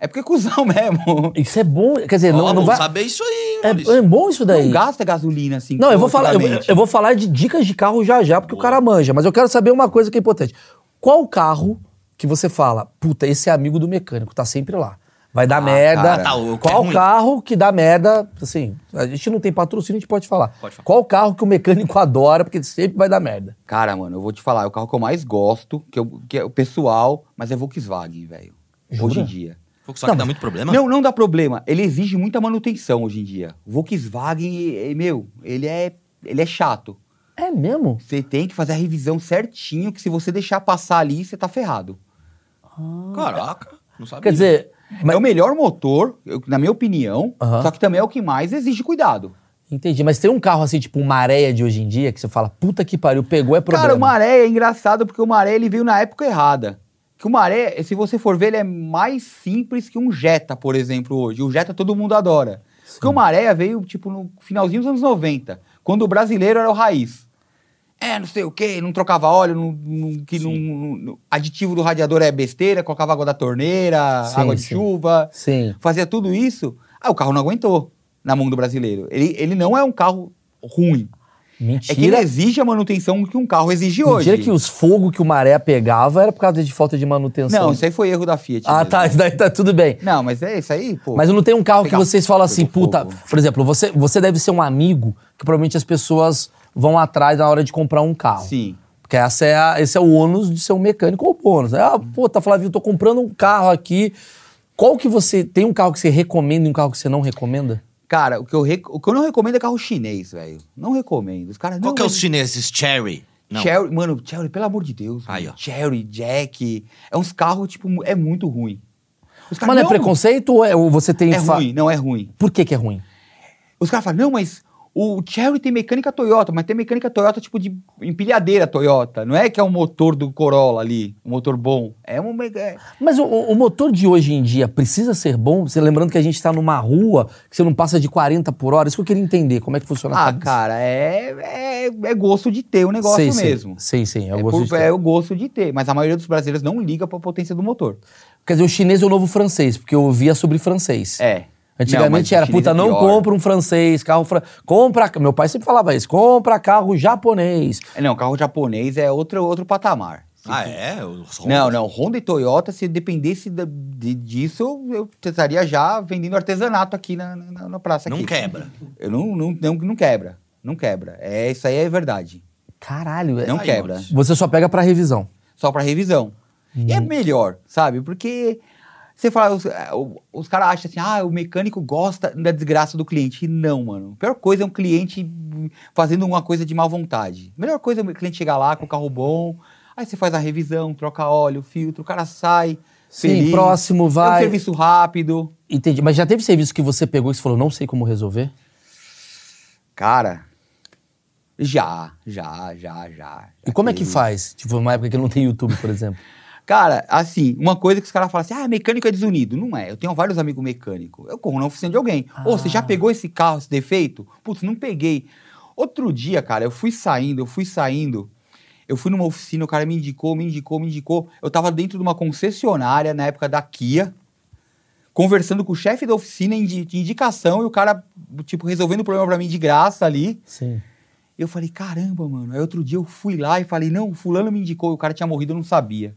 é porque é cuzão mesmo. Isso é bom, quer dizer, Ó, não, não bom vai... saber isso aí, É, Maurício. é bom isso daí. Não gasta gasolina assim. Não, eu vou, falar, eu, antigamente. eu vou falar de dicas de carro já já, porque o cara manja. Mas eu quero saber uma coisa que é importante. Qual carro que você fala, puta, esse é amigo do mecânico, tá sempre lá. Vai dar merda. cara. Tá, o que é Qual ruim. carro que dá merda? Assim, a gente não tem patrocínio, a gente pode falar. Pode falar. Qual carro que o mecânico adora, porque sempre vai dar merda. Cara, mano, eu vou te falar. É o carro que eu mais gosto, que, eu, que é o pessoal, mas é Volkswagen, velho. Jura? Hoje em dia. Volkswagen Não, dá muito problema? Não, não dá problema. Ele exige muita manutenção hoje em dia. O Volkswagen, eh, meu, ele é, ele é chato. É mesmo? Você tem que fazer a revisão certinho, que se você deixar passar ali, você tá ferrado. Caraca, não sabia. Quer dizer, mas- É o melhor motor, eu- na minha opinião, Aham. só que também é o que mais exige cuidado. entendi. Mas tem um carro assim, tipo uma areia de hoje em dia, que você fala, puta que pariu, pegou, é problema. Cara, o Maré é engraçado porque o Maré ele veio na época errada. Que o Maré, se você for ver, ele é mais simples que um Jetta, por exemplo, hoje. O Jetta todo mundo adora. Porque o Maré veio, tipo, no finalzinho dos anos 90, quando o brasileiro era o raiz. É, não sei o quê, não trocava óleo, não, não- que não, não- aditivo do radiador é besteira, colocava água da torneira, Sim, água de sim. chuva Sim. fazia tudo isso, ah, o carro não aguentou na mão do brasileiro. Ele, ele não é um carro ruim. É que ele Mentira. exige a manutenção que um carro exige hoje. mentira que os fogos que o maré pegava era por causa de falta de manutenção. Não, isso é aí foi erro da Fiat. Ah, mesmo. tá. Isso daí tá tudo bem. Não, mas é isso aí, pô. Mas não tem um carro que Pegar vocês falam assim, fogo. puta. Por exemplo, você, você deve ser um amigo que provavelmente as pessoas vão atrás na hora de comprar um carro. Sim. Porque essa é a- esse é o ônus de ser um mecânico ou bônus. né? Ah, puta, Flavinho, tô comprando um carro aqui. Qual que você. Tem um carro que você recomenda e um carro que você não recomenda? Cara, o que, eu rec- o que eu não recomendo é carro chinês, velho. Não recomendo. Os caras Qual não. que é mas- os chineses? Cherry? Não. Cherry, mano, Cherry, pelo amor de Deus. Aí, mano. ó. Cherry, Jack. É uns carros, tipo, mu- é muito ruim. Os Mas não é não, preconceito ou, é- ou você tem. É fa- ruim, não é ruim. Por que, que é ruim? Os caras falam, não, mas o Cherry tem mecânica Toyota, mas tem mecânica Toyota tipo de empilhadeira Toyota. Não é que é um motor do Corolla ali, um motor bom. É um... mega- é- Mas o, o motor de hoje em dia precisa ser bom? Você lembrando que a gente tá numa rua que você não passa de 40 por hora. Isso que eu queria entender. Como é que funciona a Ah, cabeça. cara, é, é, é gosto de ter o negócio sei, mesmo. Sei, sei, sim. É, Eu gosto por- de é ter. o gosto de ter, mas a maioria dos brasileiros não liga pra potência do motor. Quer dizer, o chinês é o novo francês, porque eu ouvia sobre francês. É. Não, mas Antigamente o era, chinês puta, é não pior. compra um francês, carro fran... compra... Meu pai sempre falava isso, compra carro japonês. É, Não, carro japonês é outro, outro patamar. Ah, é? Os Hondas? Não, não. Honda e Toyota, se dependesse da- de- disso, eu- eu estaria já vendendo artesanato aqui na, na, na praça. Não aqui. quebra. Eu não, não, não, não quebra. Não quebra. É, isso aí é verdade. Caralho, é... Não aí, quebra. Maurício. Você só pega pra revisão. Só pra revisão. E Uhum. é melhor, sabe? Porque você fala, os, é, o- os caras acham assim, ah, o mecânico gosta da desgraça do cliente. E não, mano. A pior coisa é um cliente hum, fazendo uma coisa de má vontade. A melhor coisa é o cliente chegar lá com o carro bom, aí você faz a revisão, troca óleo, filtro, o cara sai. Sim, feliz. próximo, É um vai. serviço rápido. Entendi, mas já teve serviço que você pegou e você falou, não sei como resolver? Cara, já, já, já, já. E como é que Aquele- faz? Tipo, uma época que não tem YouTube, por exemplo. Cara, assim, uma coisa que os caras falam assim, ah, mecânico é desunido. Não é, eu tenho vários amigos mecânicos. Eu corro na oficina de alguém. Ou você já pegou esse carro, esse defeito? Putz, não peguei. Outro dia, cara, eu fui saindo, eu fui saindo. Eu fui numa oficina, o cara me indicou, me indicou, me indicou. Eu tava dentro de uma concessionária na época da Kia, conversando com o chefe da oficina em de de indicação e o cara, tipo, resolvendo o problema pra mim de graça ali. Sim. Eu falei, caramba, mano. Aí outro dia eu fui lá e falei, não, fulano me indicou, o cara tinha morrido, eu não sabia.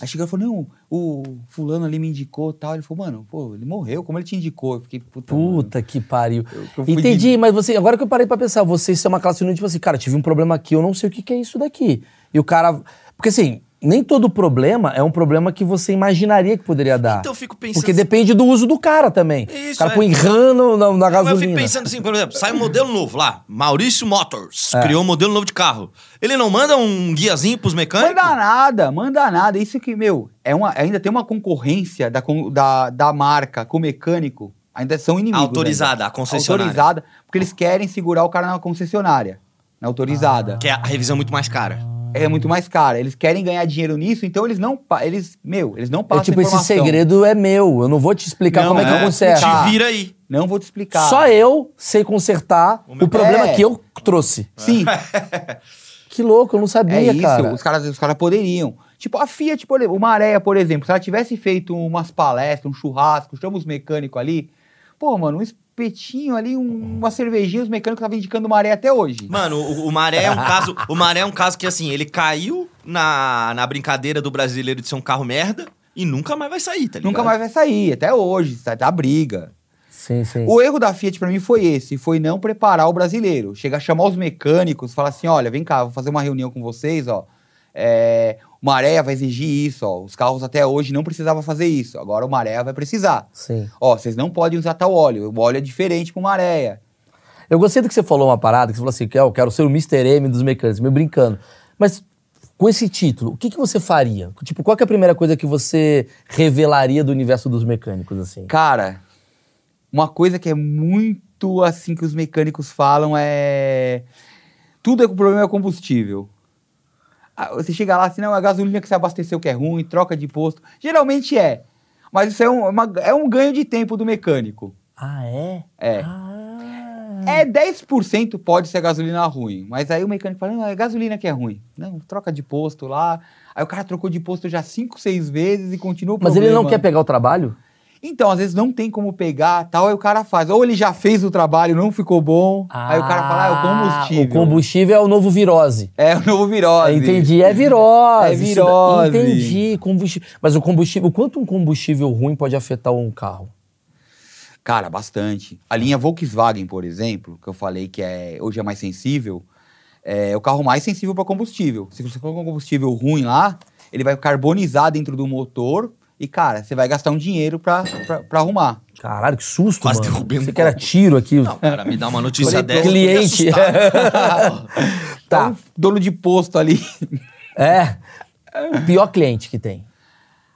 Aí chegou e falou, não, o fulano ali me indicou e tal. Ele falou, mano, pô, ele morreu, como ele te indicou? Eu fiquei, puta, mano. Puta que pariu. Eu- eu fui Entendi, de- mas você, agora que eu parei pra pensar, vocês são uma classe unida, tipo assim, cara, tive um problema aqui, eu não sei o que, que é isso daqui. E o cara. Porque assim, nem todo problema é um problema que você imaginaria que poderia dar. Então eu fico pensando Porque assim- depende do uso do cara também. Isso, o cara é. põe RAM no- na, na Mas eu gasolina. fico pensando assim, por exemplo, sai um modelo novo lá. Maurício Motors É. criou um modelo novo de carro. Ele não manda um guiazinho pros mecânicos? Manda nada, manda nada. Isso que, meu, é uma, ainda tem uma concorrência da, con- da, da marca com o mecânico. Ainda são inimigos. Autorizada, ainda. a concessionária. Autorizada, porque eles querem segurar o cara na concessionária. Na autorizada. Que é a revisão muito mais cara. É muito mais cara. Eles querem ganhar dinheiro nisso, então eles não. pa- Eles, meu, eles não É passam tipo, esse informação. segredo é meu, eu não vou te explicar Não, como é que é. eu conserto. Tá. Te vira aí. Não vou te explicar. Só eu sei consertar meu- o problema É. que eu trouxe. Sim, Que louco, eu não sabia, é isso. cara. Os caras os caras poderiam. Tipo, a Fiat, por exemplo, uma areia, por exemplo, se ela tivesse feito umas palestras, um churrasco, chama os mecânicos ali. Pô, mano, um espetinho ali, um- uma cervejinha, os mecânicos estavam indicando uma areia até hoje. Mano, o, o Maré é um caso. O Maré é um caso que, assim, ele caiu na, na brincadeira do brasileiro de ser um carro merda e nunca mais vai sair, tá ligado? Nunca mais vai sair, até hoje, tá, tá briga. Sim, sim. O erro da Fiat pra mim foi esse, foi não preparar o brasileiro. Chegar a chamar os mecânicos, falar assim, olha, vem cá, vou fazer uma reunião com vocês, ó. É, O Maré vai exigir isso, ó. Os carros até hoje não precisavam fazer isso. Agora o Maré vai precisar. Sim. Ó, vocês não podem usar tal óleo. O óleo é diferente pro Maré. Eu gostei do que você falou uma parada, que você falou assim, que eu quero ser o Mr. M dos mecânicos, meio brincando. Mas com esse título, o que, que você faria? Tipo, qual que é a primeira coisa que você revelaria do universo dos mecânicos, assim? Cara, uma coisa que é muito assim que os mecânicos falam é. Tudo é o problema é o combustível. Ah, Você chega lá assim, não, é a gasolina que você abasteceu que é ruim, troca de posto. Geralmente é. Mas isso é um, uma- é um ganho de tempo do mecânico. Ah, é? É. Ah. É 10% pode ser a gasolina ruim, mas aí o mecânico fala, não, é a gasolina que é ruim. Não, troca de posto lá. Aí o cara trocou de posto já 5, 6 vezes e continua o Mas ele não problema. quer pegar o trabalho? Então, às vezes não tem como pegar, tal, aí o cara faz. Ou ele já fez o trabalho, não ficou bom, aí o cara fala, ah, é o combustível. O combustível é o novo virose. É o novo virose. Entendi, é virose. É isso- virose. Entendi, combustível. Mas o combustível, o quanto um combustível ruim pode afetar um carro? Cara, bastante. A linha Volkswagen, por exemplo, que eu falei que é, hoje é mais sensível, é o carro mais sensível para combustível. Se você colocar um combustível ruim lá, ele vai carbonizar dentro do motor e, cara, você vai gastar um dinheiro pra, pra, pra arrumar. Caralho, que susto, Quase mano. derrubei um Você que era tiro aqui. Não, cara, me dá uma notícia Falei, é dessa. cliente. eu tô assustado. Tá. Então, dono de posto ali. É. O pior cliente que tem.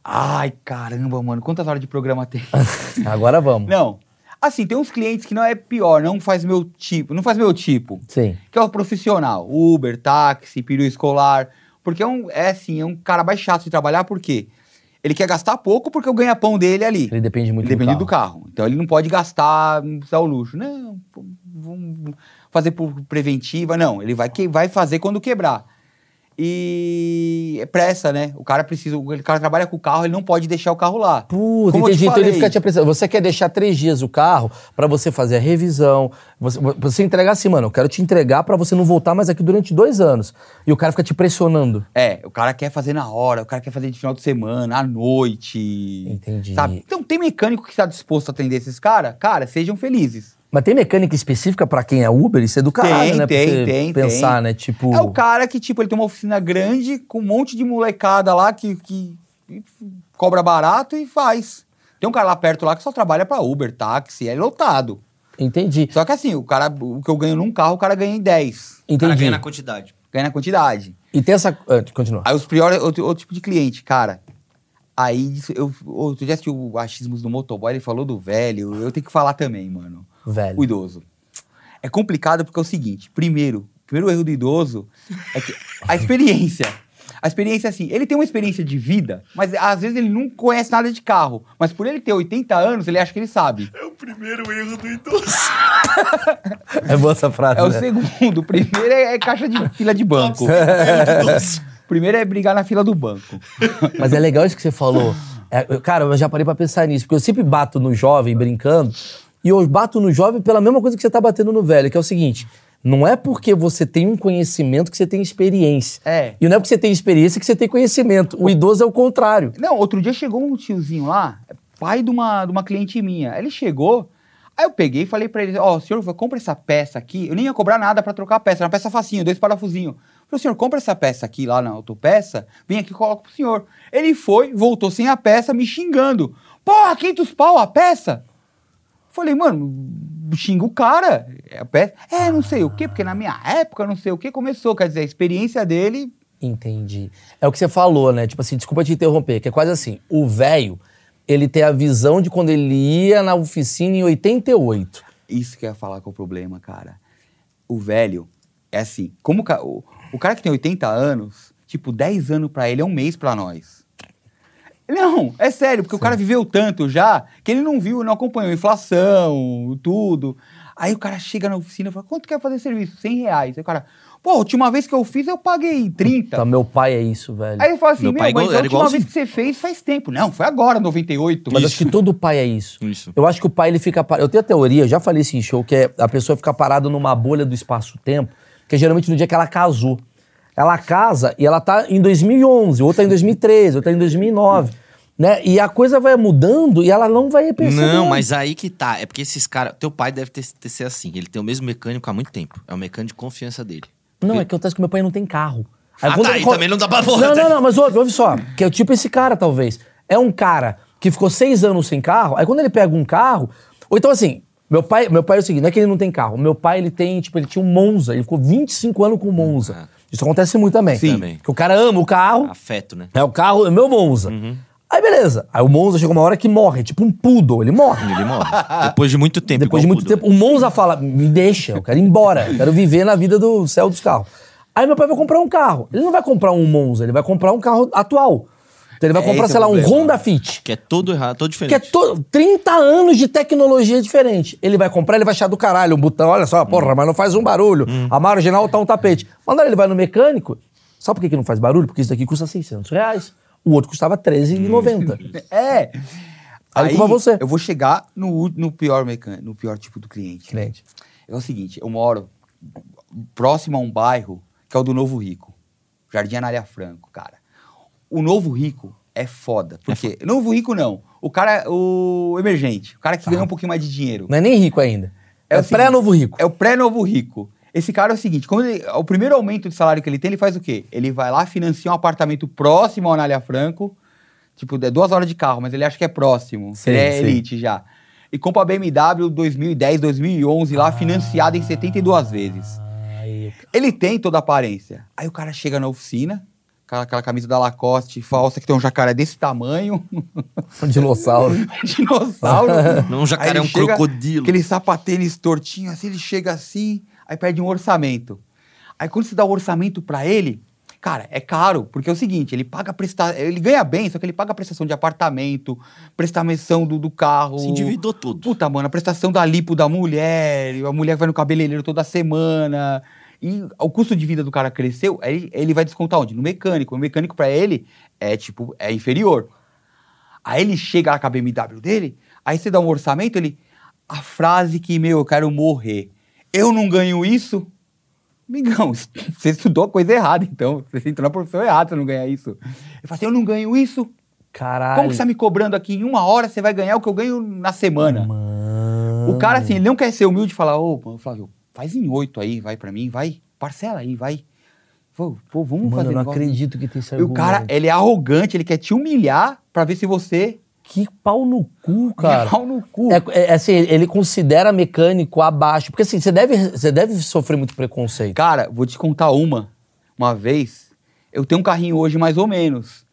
Ai, caramba, mano, quantas horas de programa tem? Agora vamos. Não. Assim, tem uns clientes que não é pior, não faz meu tipo, não faz meu tipo. Sim. Que é o profissional, Uber, táxi, peru escolar. Porque é, um, é assim, é um cara mais chato de trabalhar, por quê? Ele quer gastar pouco porque o ganha-pão dele é ali. Ele depende muito Depende do do carro. carro. Então ele não pode gastar, não precisa o luxo. Não, pô, vamos fazer por preventiva. Não, ele vai, que, vai fazer quando quebrar. E é pressa, né? O cara precisa, o cara trabalha com o carro, ele não pode deixar o carro lá. Puta, Como eu te entendi. Então ele falei. fica te apressando. Você quer deixar três dias o carro pra você fazer a revisão, você, você entregar assim, mano, eu quero te entregar pra você não voltar mais aqui durante dois anos. E o cara fica te pressionando. É, o cara quer fazer na hora, o cara quer fazer de final de semana, à noite. Entendi. Sabe? Então tem mecânico que está disposto a atender esses caras? Cara, sejam felizes. Mas tem mecânica específica pra quem é Uber? Isso é do caralho, Tem, né? Pra tem, você tem, pensar, tem. né? Tipo. É o cara que, tipo, ele tem uma oficina grande com um monte de molecada lá que, que que cobra barato e faz. Tem um cara lá perto lá que só trabalha pra Uber, táxi, é lotado. Entendi. Só que assim, o cara, o que eu ganho num carro, o cara ganha em 10. O cara ganha Entendi. na quantidade. Ganha na quantidade. E tem essa. ah, continua. Aí os priores, outro, outro tipo de cliente, cara. Aí disso, eu, outro dia assisti o Achismos do Motoboy, ele falou do velho. Eu tenho que falar também, mano. Ah, Velho. O idoso. É complicado porque é o seguinte: primeiro, o primeiro erro do idoso é que a experiência. A experiência, assim, ele tem uma experiência de vida, mas às vezes ele não conhece nada de carro. Mas por ele ter 80 anos, ele acha que ele sabe. É o primeiro erro do idoso. É boa essa frase. É o né? segundo. O primeiro é, é caixa de fila de banco. O primeiro é brigar na fila do banco. Mas é legal isso que você falou. É, eu- cara, eu já parei pra pensar nisso, porque eu sempre bato no jovem brincando, e eu bato no jovem pela mesma coisa que você tá batendo no velho, que é o seguinte: não é porque você tem um conhecimento que você tem experiência. É. E não é porque você tem experiência que você tem conhecimento. O idoso é o contrário. Não, outro dia chegou um tiozinho lá, pai de uma, de uma cliente minha. Ele chegou, aí eu peguei e falei pra ele: Ó, senhor, compra essa peça aqui. Eu nem ia cobrar nada pra trocar a peça, era uma peça facinho, dois parafusinhos. Falei, senhor, compra essa peça aqui lá na autopeça, vem aqui e coloca pro senhor. Ele foi, voltou sem a peça, me xingando. Porra, 500 pau a peça? Falei, mano, xinga o cara. É, a peça. é, não sei o quê, porque na minha época, não sei o quê, começou. Quer dizer, a experiência dele Entendi. É o que você falou, né? Tipo assim, desculpa te interromper, que é quase assim, o velho, ele tem a visão de quando ele ia na oficina em 88. Isso que eu ia falar que é o problema, cara. O velho é assim, como o, ca- o, o cara que tem 80 anos, tipo, 10 anos pra ele é um mês pra nós. Não, é sério, porque o cara viveu tanto já que ele não viu, não acompanhou a inflação, tudo. Aí o cara chega na oficina e fala: quanto quer fazer serviço? 100 reais. Aí o cara, pô, a última vez que eu fiz eu paguei 30. Então, meu pai é isso, velho. Aí eu falo assim: Meu meu, pai mas igual- a era última igualzinho. vez que você fez faz tempo. Não, foi agora, 98. Mas acho que todo pai é isso. Isso. Eu acho que o pai ele fica. par- Eu tenho a teoria, eu já falei isso em show, que é a pessoa fica parada numa bolha do espaço-tempo, que é geralmente no dia que ela casou. Ela casa e ela tá em 2011, outra em 2013, outra em 2009. Né? E a coisa vai mudando e ela não vai percebendo. Não, mas aí que tá. É porque esses caras. Teu pai deve ter, ter ser assim. Ele tem o mesmo mecânico há muito tempo. É o mecânico de confiança dele. Não, é que acontece que meu pai não tem carro. Ah, quando tá, eu aí co- também não dá pra né? Não, não, não, mas ouve, ouve só. Que é tipo esse cara, talvez. É um cara que ficou seis anos sem carro, aí quando ele pega um carro. Ou então assim, meu pai, meu pai é o seguinte: não é que ele não tem carro. Meu pai, ele tem, tipo, ele tinha um Monza, ele ficou 25 anos com o Uhum. Monza. Isso acontece muito também. Sim. Também. Que o cara ama o carro, Afeto, né? é o carro, é o meu Monza. Uhum. Aí beleza. Aí o Monza chegou uma hora que morre, tipo um poodle, ele morre. Ele morre. Depois de muito tempo. Depois de igual né? muito o Pudo. tempo, o Monza fala: me deixa, eu quero ir embora, eu quero viver na vida do céu dos carros. Aí meu pai vai comprar um carro. Ele não vai comprar um Monza, ele vai comprar um carro atual. Então ele vai É, comprar, esse sei é lá, o um problema. Honda Fit. Que é todo errado, todo Que é diferente. to- 30 anos de tecnologia diferente. Ele vai comprar, ele vai achar do caralho um botão, olha só, porra, mas não faz um barulho. Hum. A marginal tá um tapete. Mas na hora ele vai no mecânico, sabe por que, que não faz barulho? Porque isso daqui custa 600 reais. O outro custava 13,90. É. Aí culpa você. Eu vou chegar no, ú- no pior mecânico, no pior tipo do cliente. Cliente. É o seguinte, eu moro próximo a um bairro que é o do Novo Rico. Jardim Anália Franco, cara. O Novo Rico é foda. Por quê? Novo Rico não. O cara, o emergente, o cara que ganha um pouquinho mais de dinheiro. Não é nem rico ainda. É, o seguinte, pré-novo rico. É o pré-novo rico. Esse cara é o seguinte, quando ele- o primeiro aumento de salário que ele tem, ele faz o quê? Ele vai lá, financia um apartamento próximo ao Anália Franco, tipo, é duas horas de carro, mas ele acha que é próximo, Sim, ele é sim. elite já. E compra a BMW 2010, 2011 lá, financiada em Ah. 72 vezes. Aí, Ele tem toda a aparência. Aí o cara chega na oficina, com aquela camisa da Lacoste falsa que tem um jacaré desse tamanho, um dinossauro. dinossauro. Não, um jacaré, Aí ele é um chega, crocodilo. Aquele sapatênis tortinho, assim, ele chega assim, aí pede um orçamento. Aí quando você dá o orçamento pra ele, cara, é caro, porque é o seguinte, ele paga prestação, ele ganha bem, só que ele paga a prestação de apartamento, prestação do, do carro. Se endividou todo. Puta, mano, a prestação da lipo da mulher, e a mulher que vai no cabeleireiro toda semana. E o custo de vida do cara cresceu, aí ele vai descontar onde? No mecânico. O mecânico pra ele é tipo, é inferior. Aí ele chega lá com a BMW dele, aí você dá um orçamento, ele. A frase que, meu, eu quero morrer. Eu não ganho isso? Migão, você estudou a coisa errada, então. Você entrou na profissão errada, você não ganha isso. Ele fala assim: eu não ganho isso? Caralho. Como que você tá me cobrando aqui? Em uma hora você vai ganhar o que eu ganho na semana. Mano. O cara, assim, ele não quer ser humilde e falar, ô, mano, Flávio, faz em oito aí, vai pra mim, vai, parcela aí, vai. Pô, pô, vamos Mano, fazer eu não negócio. acredito que tem esse E o argumento. cara, ele é arrogante, ele quer te humilhar pra ver se você Que pau no cu, cara. pau no cu. É, é, assim, ele considera mecânico abaixo. Porque assim, você deve, você deve sofrer muito preconceito. Cara, vou te contar uma. Uma vez, eu tenho um carrinho hoje mais ou menos.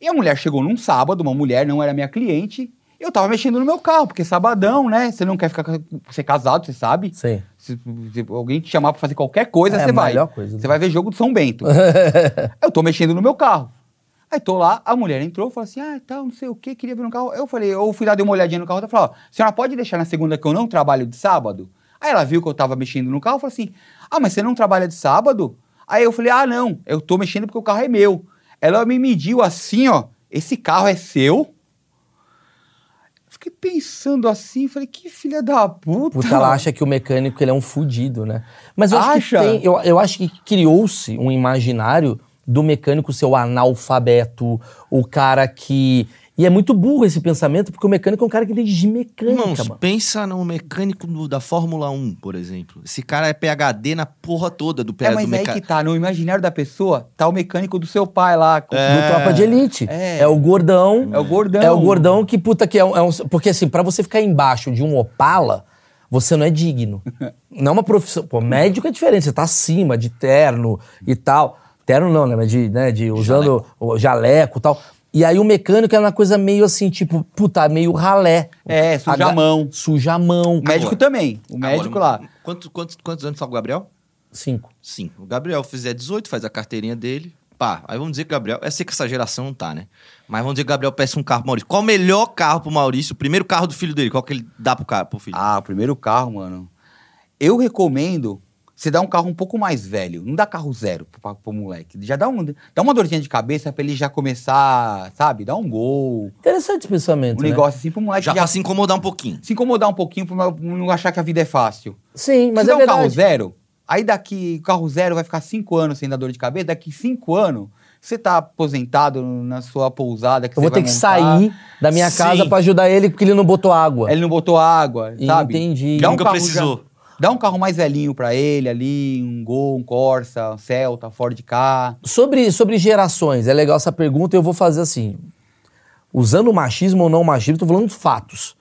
E a mulher chegou num sábado, uma mulher, não era minha cliente. Eu tava mexendo no meu carro, porque sabadão, né? Você não quer ficar ca- ser casado, você sabe? Sim. Se, se alguém te chamar pra fazer qualquer coisa, É a você vai. melhor coisa, né? Você vai ver jogo do São Bento. eu tô mexendo no meu carro. Aí tô lá, a mulher entrou, falou assim, ah, tal, não sei o que, queria ver no carro. Eu falei, eu fui lá, dei uma olhadinha no carro, ela falou, ó, senhora pode deixar na segunda que eu não trabalho de sábado? Aí ela viu que eu tava mexendo no carro, falou assim, ah, mas você não trabalha de sábado? Aí eu falei, ah, não, eu tô mexendo porque o carro é meu. Ela me mediu assim, ó, esse carro é seu? Fiquei pensando assim, falei, que filha da puta. Puta, ela acha que o mecânico ele é um fudido, né? Mas eu acho Acha? que tem, eu, eu acho que criou-se um imaginário do mecânico ser o analfabeto, o cara que. E é muito burro esse pensamento, porque o mecânico é um cara que entende de mecânica, Irmãos, mano. pensa no mecânico do- da Fórmula 1, por exemplo. Esse cara é PHD na porra toda do, É, PHD do mas aí que mecânico. tá, no imaginário da pessoa, tá o mecânico do seu pai lá. com- Do Tropa de Elite. É, É. o gordão. É o gordão. É o gordão que, puta, que é um. é um- porque assim, pra você ficar embaixo de um Opala, você não é digno. Não é uma profissão. Pô, médico é diferente, você tá acima de terno e tal. Terno não, né? Mas de, né, de usando o jaleco e tal. E aí o mecânico é uma coisa meio assim, tipo, puta, meio ralé. É, suja a mão. Suja a mão. O médico Agora. também. O médico lá. Quantos, quantos, quantos anos tá o Gabriel? Cinco. Sim. O Gabriel fizer 18, faz a carteirinha dele. Pá, aí vamos dizer que o Gabriel. Eu sei que essa geração não tá, né? Mas vamos dizer que o Gabriel peça um carro pro Maurício. Qual o melhor carro pro Maurício? O primeiro carro do filho dele? Qual que ele dá pro, cara, pro filho? Ah, o primeiro carro, mano. Eu recomendo você dar um carro um pouco mais velho. Não dá carro zero pro, pa- pro moleque. Já dá, um, dá uma dorzinha de cabeça pra ele já começar, sabe? Dar um gol. Interessante esse pensamento. Um né? negócio assim pro moleque Já já, pra se incomodar um pouquinho. se incomodar um pouquinho, pra não achar que a vida é fácil. Sim, mas se é der um carro verdade. zero, aí daqui, o carro zero vai ficar cinco anos sem dar dor de cabeça, daqui cinco anos, você tá aposentado na sua pousada que Eu você vou ter vai que montar. É sair da minha Sim. casa pra ajudar ele porque ele não botou água. Ele não botou água, sabe? Entendi. Dá um Nunca carro precisou. já- Dá um carro mais velhinho pra ele ali, um Gol, um Corsa, um Celta, Ford K. Sobre, sobre gerações, é legal essa pergunta, eu vou fazer assim. Usando machismo ou não machismo, tô falando fatos.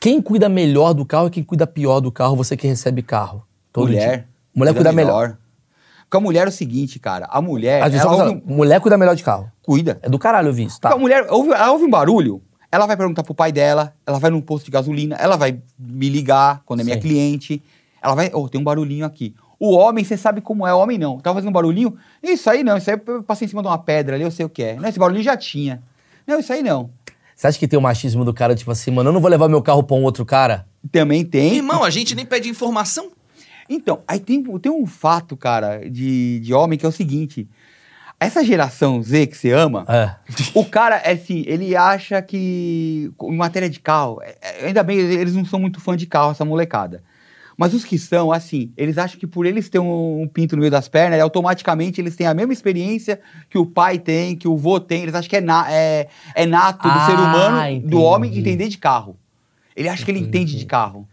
Quem cuida melhor do carro e quem cuida pior do carro, você que recebe carro? todo mulher. dia? Mulher cuida melhor. É, Porque a mulher é o seguinte, cara. A mulher. A gente ela só fala, ouve um- Mulher cuida melhor de carro. cuida. É do caralho eu vi isso, tá? Porque a mulher ouve, ela ouve um barulho, ela vai perguntar pro pai dela, ela vai num posto de gasolina, ela vai me ligar quando é minha Sim. cliente. Ela vai, oh, tem um barulhinho aqui. O homem, você sabe como é, o homem não. Tá fazendo um barulhinho? Isso aí não, isso aí eu passei em cima de uma pedra ali, eu sei o que é. Não, esse barulhinho já tinha. Não, isso aí não. Você acha que tem o machismo do cara, tipo assim, mano, eu não vou levar meu carro pra um outro cara? Também tem. Irmão, a gente nem pede informação. Então, aí tem, tem um fato, cara, de, de homem que é o seguinte. Essa geração Z que você ama, É. O cara, é assim, ele acha que. Em matéria de carro, é- é- ainda bem, eles não são muito fã de carro, essa molecada. Mas os que são, assim, eles acham que por eles terem um, um pinto no meio das pernas, automaticamente eles têm a mesma experiência que o pai tem, que o vô tem. Eles acham que é, na- é, é nato do Ah, ser humano, entendi. do homem, entender de carro. Ele acha que ele entende de carro.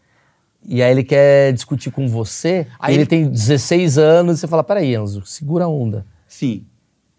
E aí ele quer discutir com você, Aí aí ele ele- tem 16 anos, e você fala, peraí, Enzo, segura a onda. Sim.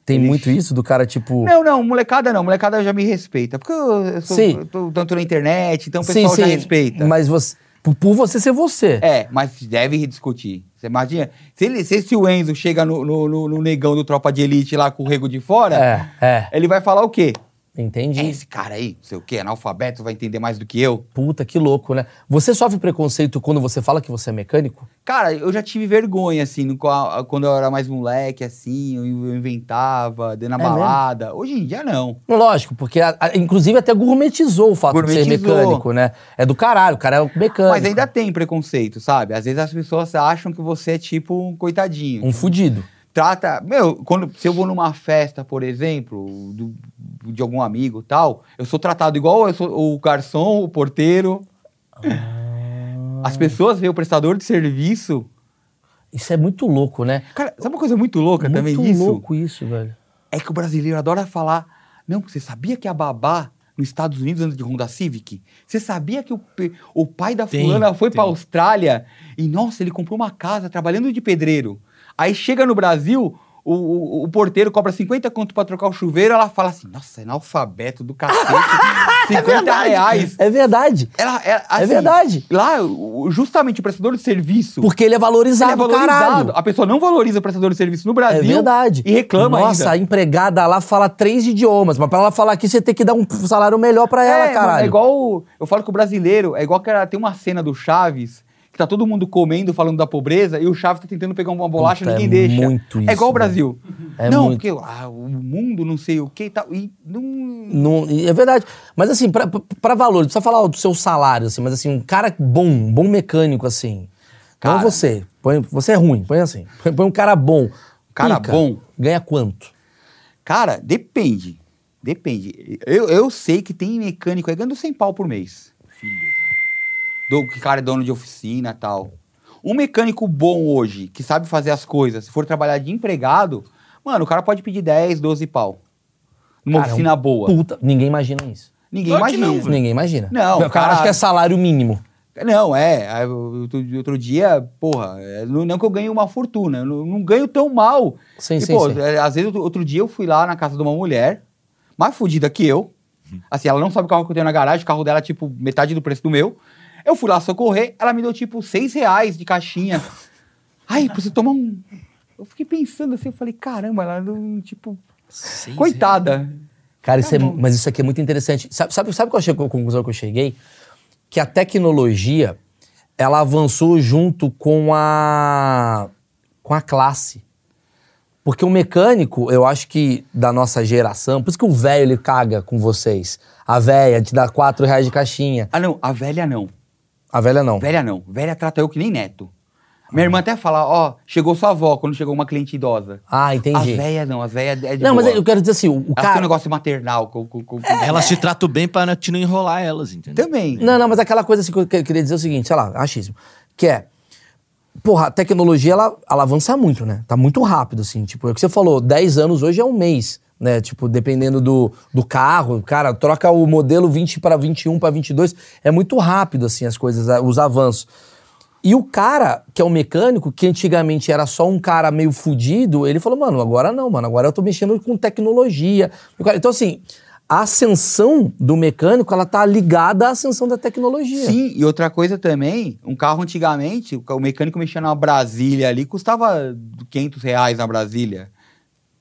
Tem Ele- muito isso do cara, tipo... Não, não, molecada não, molecada já me respeita. Porque eu, eu sou Sim. eu tô tanto na internet, então o pessoal já respeita. Mas você, por, por você ser você. É, mas deve discutir. Você imagina? Se, ele- se esse Enzo chega no, no- no- no negão do Tropa de Elite lá com o rego de fora, É, é. ele vai falar o quê? né? É Entendi. esse cara aí, não sei o quê, analfabeto, vai entender mais do que eu. Puta, que louco, né? Você sofre preconceito quando você fala que você é mecânico? Cara, eu já tive vergonha, assim, no qual- quando eu era mais moleque, assim, eu eu inventava, dando a É mesmo? balada. Hoje em dia, não. Lógico, porque a- a- inclusive até gourmetizou o fato de ser Gourmetizou. mecânico, né? É do caralho, o cara é um mecânico. Mas ainda tem preconceito, sabe? Às vezes as pessoas acham que você é tipo um coitadinho. Um fudido. trata. Meu, quando, se eu vou numa festa, por exemplo, do- de algum amigo e tal, eu sou tratado igual eu sou o garçom, o porteiro. As pessoas veem o prestador de serviço. Isso é muito louco, né? Cara, sabe uma coisa muito louca também muito disso? louco isso, velho. É que o brasileiro adora falar. Não, você sabia que a babá nos Estados Unidos anda de Honda Civic? Você sabia que o, pe- o pai da Tem, fulana foi tem. pra Austrália e, nossa, ele comprou uma casa trabalhando de pedreiro. Aí chega no Brasil, o, o- o porteiro cobra 50 conto pra trocar o chuveiro, ela fala assim, nossa, é analfabeto do cacete, 50 reais. É verdade. Ela, ela, É assim, verdade. Lá, o- justamente o prestador de serviço... Porque ele é ele valorizado, é valorizado. caralho. A pessoa não valoriza o prestador de serviço no É Brasil. verdade. E reclama Nossa, ainda. a empregada lá fala três idiomas, mas pra ela falar aqui, você tem que dar um salário melhor pra ela, mano, caralho. é igual. o- Eu falo que o brasileiro é igual que era- tem uma cena do Chaves que tá todo mundo comendo, falando da pobreza, e o Chaves tá tentando pegar uma bolacha e Puta, ninguém é deixa. muito isso, é igual o velho. Brasil. É não, muito. porque ah, o mundo não sei o que e tal. E não. Não- e é verdade. Mas assim, pra, pra- pra valor, não precisa falar do seu salário, assim, mas assim, um cara bom, um bom mecânico, assim. Cara. não você. Põe, você é ruim, põe assim. Põe, põe um cara bom. Cara Pica, bom. Ganha quanto? Cara, depende. Depende. Eu, eu sei que tem mecânico aí ganhando 100 pau por mês. Do que cara é dono de oficina e tal. Um mecânico bom hoje, que sabe fazer as coisas, se for trabalhar de empregado, mano, o cara pode pedir 10, 12 pau. Numa Cara, é um oficina boa. Puta, ninguém imagina isso. Ninguém Claro que imagina. né? não, velho. Ninguém imagina. Não, O cara, cara- acha que é salário mínimo. Não, é. aí, Outro, outro dia, porra, é, não, não que eu ganhe uma fortuna, eu não, não ganho tão mal. Sim, e, sim, pô, sim. é, às vezes, outro, outro dia eu fui lá na casa de uma mulher, mais fodida que eu. Uhum. Assim, ela não sabe o carro que eu tenho na garagem, o carro dela é tipo metade do preço do meu. Eu fui lá socorrer, ela me deu tipo seis reais de caixinha. Ai, pra você tomar um. Eu fiquei pensando assim, eu falei, caramba, ela não, tipo, coitada. Cara, isso Tá é, bom. mas isso aqui é muito interessante. Sabe, sabe, sabe qual che- qual a conclusão que eu cheguei? Que a tecnologia, ela avançou junto com a, com a classe. Porque o mecânico, eu acho que da nossa geração, por isso que o velho ele caga com vocês. A velha te dá quatro reais de caixinha. Ah, não, a velha não. A velha não. Velha não. Velha trata eu que nem neto. Minha Uhum. irmã até fala, ó, chegou sua avó quando chegou uma cliente idosa. Ah, entendi. A velha não, a velha é de não, mas boa. eu quero dizer assim, o, o Ela tem cara. um negócio maternal. Com, com, com, Elas te tratam bem pra te não enrolar elas, entendeu? Também. Não, não, mas aquela coisa assim que eu que- queria dizer é o seguinte, sei lá, achismo. Que é. Porra, a tecnologia ela, ela avança muito, né? Tá muito rápido, assim. Tipo, é o que você falou, 10 anos hoje é um mês, né? Tipo, dependendo do, do carro, cara, troca o um, modelo 20 para 21 para 22. É muito rápido, assim, as coisas, a- os avanços. E o cara, que é o mecânico, que antigamente era só um cara meio fudido, ele falou, mano, agora não, mano, agora eu tô mexendo com tecnologia. O cara- Então, assim, a ascensão do mecânico, ela tá ligada à ascensão da tecnologia. Sim, e outra coisa também, um carro antigamente, o ca- o mecânico mexendo na Brasília ali, custava 500 reais na Brasília.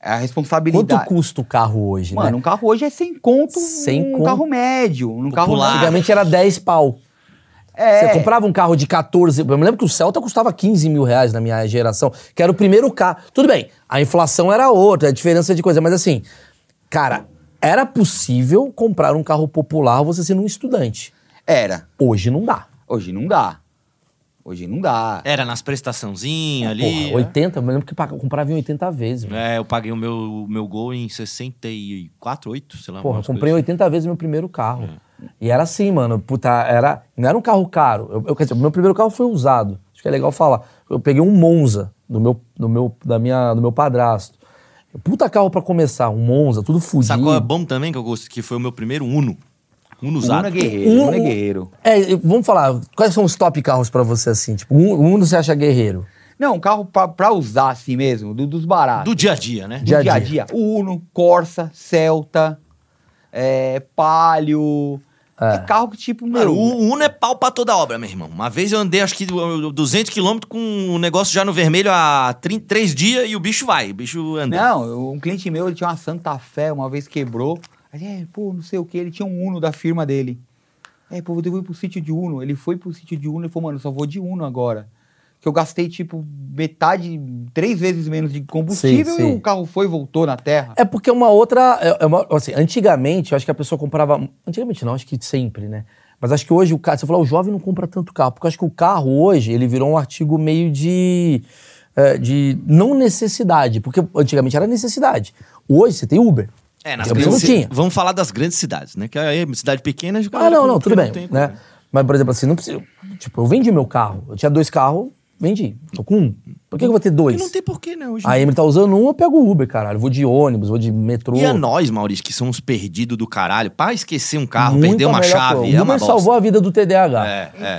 É a responsabilidade. Quanto custa o carro hoje, Mano, né? um carro hoje é sem conto, Sem um conto. carro médio, um carro Popular. Antigamente era 10 pau. É, Você comprava um carro de 14. Eu me lembro que o Celta custava 15 mil reais na minha geração, que era o primeiro carro. Tudo bem, a inflação era outra, a diferença de coisa, mas assim, cara, era possível comprar um carro popular você sendo um estudante. era. Hoje não dá. Hoje não dá. Hoje não dá. Era nas prestaçãozinhas ali. Porra, 80, eu me lembro que pag- eu comprava em 80 vezes. mano. É, eu paguei o meu, o meu gol em 64, 8, sei lá. Porra, eu umas comprei coisas. É. 80 vezes o meu primeiro carro. E era assim, mano. Puta, era. Não era um carro caro. Eu, eu, quer dizer, meu primeiro carro foi usado. Acho que é legal falar. Eu peguei um Monza do meu, do meu, da minha, do meu padrasto. Puta carro pra começar, um Monza, tudo fudido. Sabe qual é bom também que eu gosto? Que foi o meu primeiro Uno. Uno O Uno usado. é guerreiro, o Uno é Um- guerreiro. É, e vamos falar, quais são os top carros pra você, assim? Tipo, um, um você acha guerreiro? Não, um carro pra, pra usar assim mesmo, do- dos baratos. Do dia a dia, né? Do dia a dia a dia. Uno, Corsa, Celta, é, Palio. É. carro que tipo, Mano, meu... o Uno é pau pra toda obra, meu irmão. Uma vez eu andei, acho que du- 200 quilômetros com o negócio já no vermelho há 30, 3 dias e o bicho vai, o bicho Né? anda. Não, um cliente meu, ele tinha uma Santa Fé, uma vez quebrou. Aí, é, pô, não sei o que, ele tinha um Uno da firma dele. É, pô, eu devo ir pro sítio de Uno. Ele foi pro sítio de Uno e falou, mano, eu só vou de Uno agora. Que eu gastei, tipo, metade, três vezes menos de combustível Sim, e sim. o carro foi e voltou na terra. É porque é uma outra. é- é uma- assim, antigamente, eu acho que a pessoa comprava. Antigamente não, acho que sempre, né? Mas acho que hoje o cara. Você falou, o jovem não compra tanto carro. Porque eu acho que o carro hoje, ele virou um artigo meio de. é, de não necessidade. Porque antigamente era necessidade. Hoje você tem Uber. É, Eu não tinha. Vamos falar das grandes cidades, né? Que aí, cidade pequena, a Ah, galera não, que não, tudo que bem. tem, né? Mas, por exemplo, assim, não precisa. Tipo, eu vendi meu carro. Eu tinha dois carros, vendi. Tô com um. Por que que eu vou ter E dois? não tem porquê, né? Hoje A Emily tá usando um, eu pego o Uber, caralho. Vou de ônibus, vou de metrô. E a nós, Maurício, que somos perdidos do caralho, pra esquecer um carro, Muito perder a uma melhor chave, coisa. é O uma Uber bosta. salvou Então. a vida do TDAH. É, é.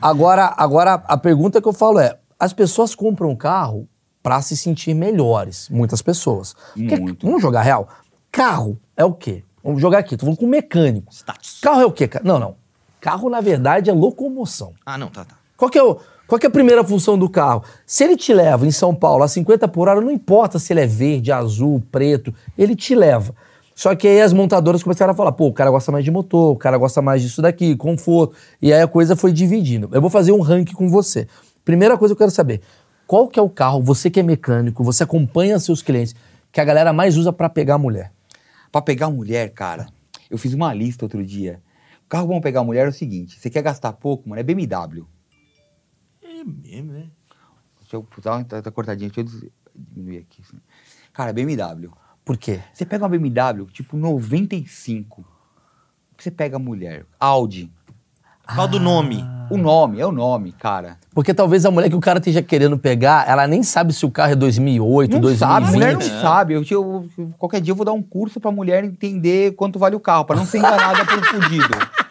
Agora, agora, a pergunta que eu falo é: as pessoas compram um carro pra se sentir melhores. Muitas pessoas. Porque, Muito. Vamos jogar real? Carro é o quê? Vamos jogar aqui, tô falando com mecânico. Status. Carro é o quê, cara? Não, não. Carro, na verdade, é locomoção. Ah, não, tá, tá. Qual que, é o- qual que é a primeira função do carro? Se ele te leva em São Paulo a 50 por hora, não importa se ele é verde, azul, preto, ele te leva. Só que aí as montadoras começaram a falar, pô, o cara gosta mais de motor, o cara gosta mais disso daqui, conforto. E aí a coisa foi dividindo. Eu vou fazer um ranking com você. Primeira coisa que eu quero saber, qual que é o carro, você que é mecânico, você acompanha seus clientes, que a galera mais usa pra pegar mulher? Pra pegar mulher, cara, eu fiz uma lista outro dia. O carro bom pra pegar mulher é o seguinte, você quer gastar pouco, mano, é BMW. É mesmo, né? Deixa eu dar uma tá- tá cortadinha, deixa eu des- diminuir aqui. assim. Cara, BMW. Por quê? Você pega uma BMW, tipo 95. Você pega a mulher, Audi. Ah, Qual do nome? O nome, é o nome, cara. Porque talvez a mulher que o cara esteja querendo pegar, ela nem sabe se o carro é 2008, Não 2020. sabe, a mulher não é. né? sabe. Eu, eu- eu- qualquer dia eu vou dar um curso pra mulher entender quanto vale o carro, pra não ser enganada por fudido.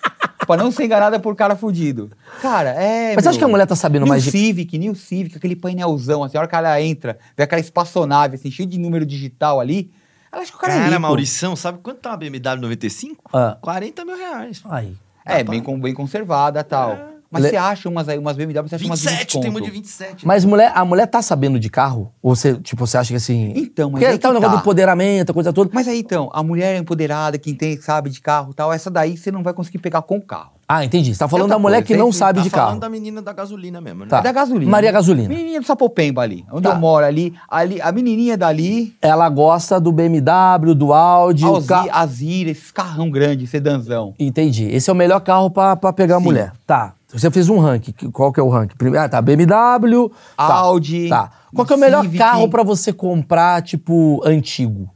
Pra não ser enganada por cara fudido. Cara, é. Mas você acha que a mulher tá sabendo New mais de- Civic, New Civic, aquele painelzão, assim, a hora que ela entra, vê aquela espaçonave, assim, cheio de número digital ali. Ela acha que o cara, Cara, é rico. Maurição, sabe quanto tá uma BMW 95? Ah. 40 mil reais. Aí. É, bem, com- bem conservada e tal. Mas É. Le- você acha umas aí, umas BMW, você acha umas de 27, tem uma desconto. de 27. Mas mulher, a mulher tá sabendo de carro? Ou você, tipo, você acha que assim. Então, mas Porque aí tá o que negócio tá. do empoderamento, a coisa toda. Mas aí então, a mulher empoderada, quem tem, sabe de carro e tal, essa daí você não vai conseguir pegar com o carro. Ah, entendi. Você tá falando É outra da mulher coisa, que não hein? sabe tá de falando carro. da menina da gasolina mesmo, né? Tá. É da gasolina. Maria né? Gasolina. Menininha do Sapopemba ali, onde Tá. eu moro ali, ali, a menininha dali, Ela gosta do BMW, do Audi. o Alzi, ca- Azira, esses carrão grande, sedanzão. Entendi. Esse é o melhor carro pra, pra pegar a Sim. mulher. Tá. Você fez um ranking. Que- Qual que é o ranking? Primeiro, ah, tá. BMW. tá. Audi, Tá. Qual que é o melhor Civic. carro pra você comprar, tipo, antigo?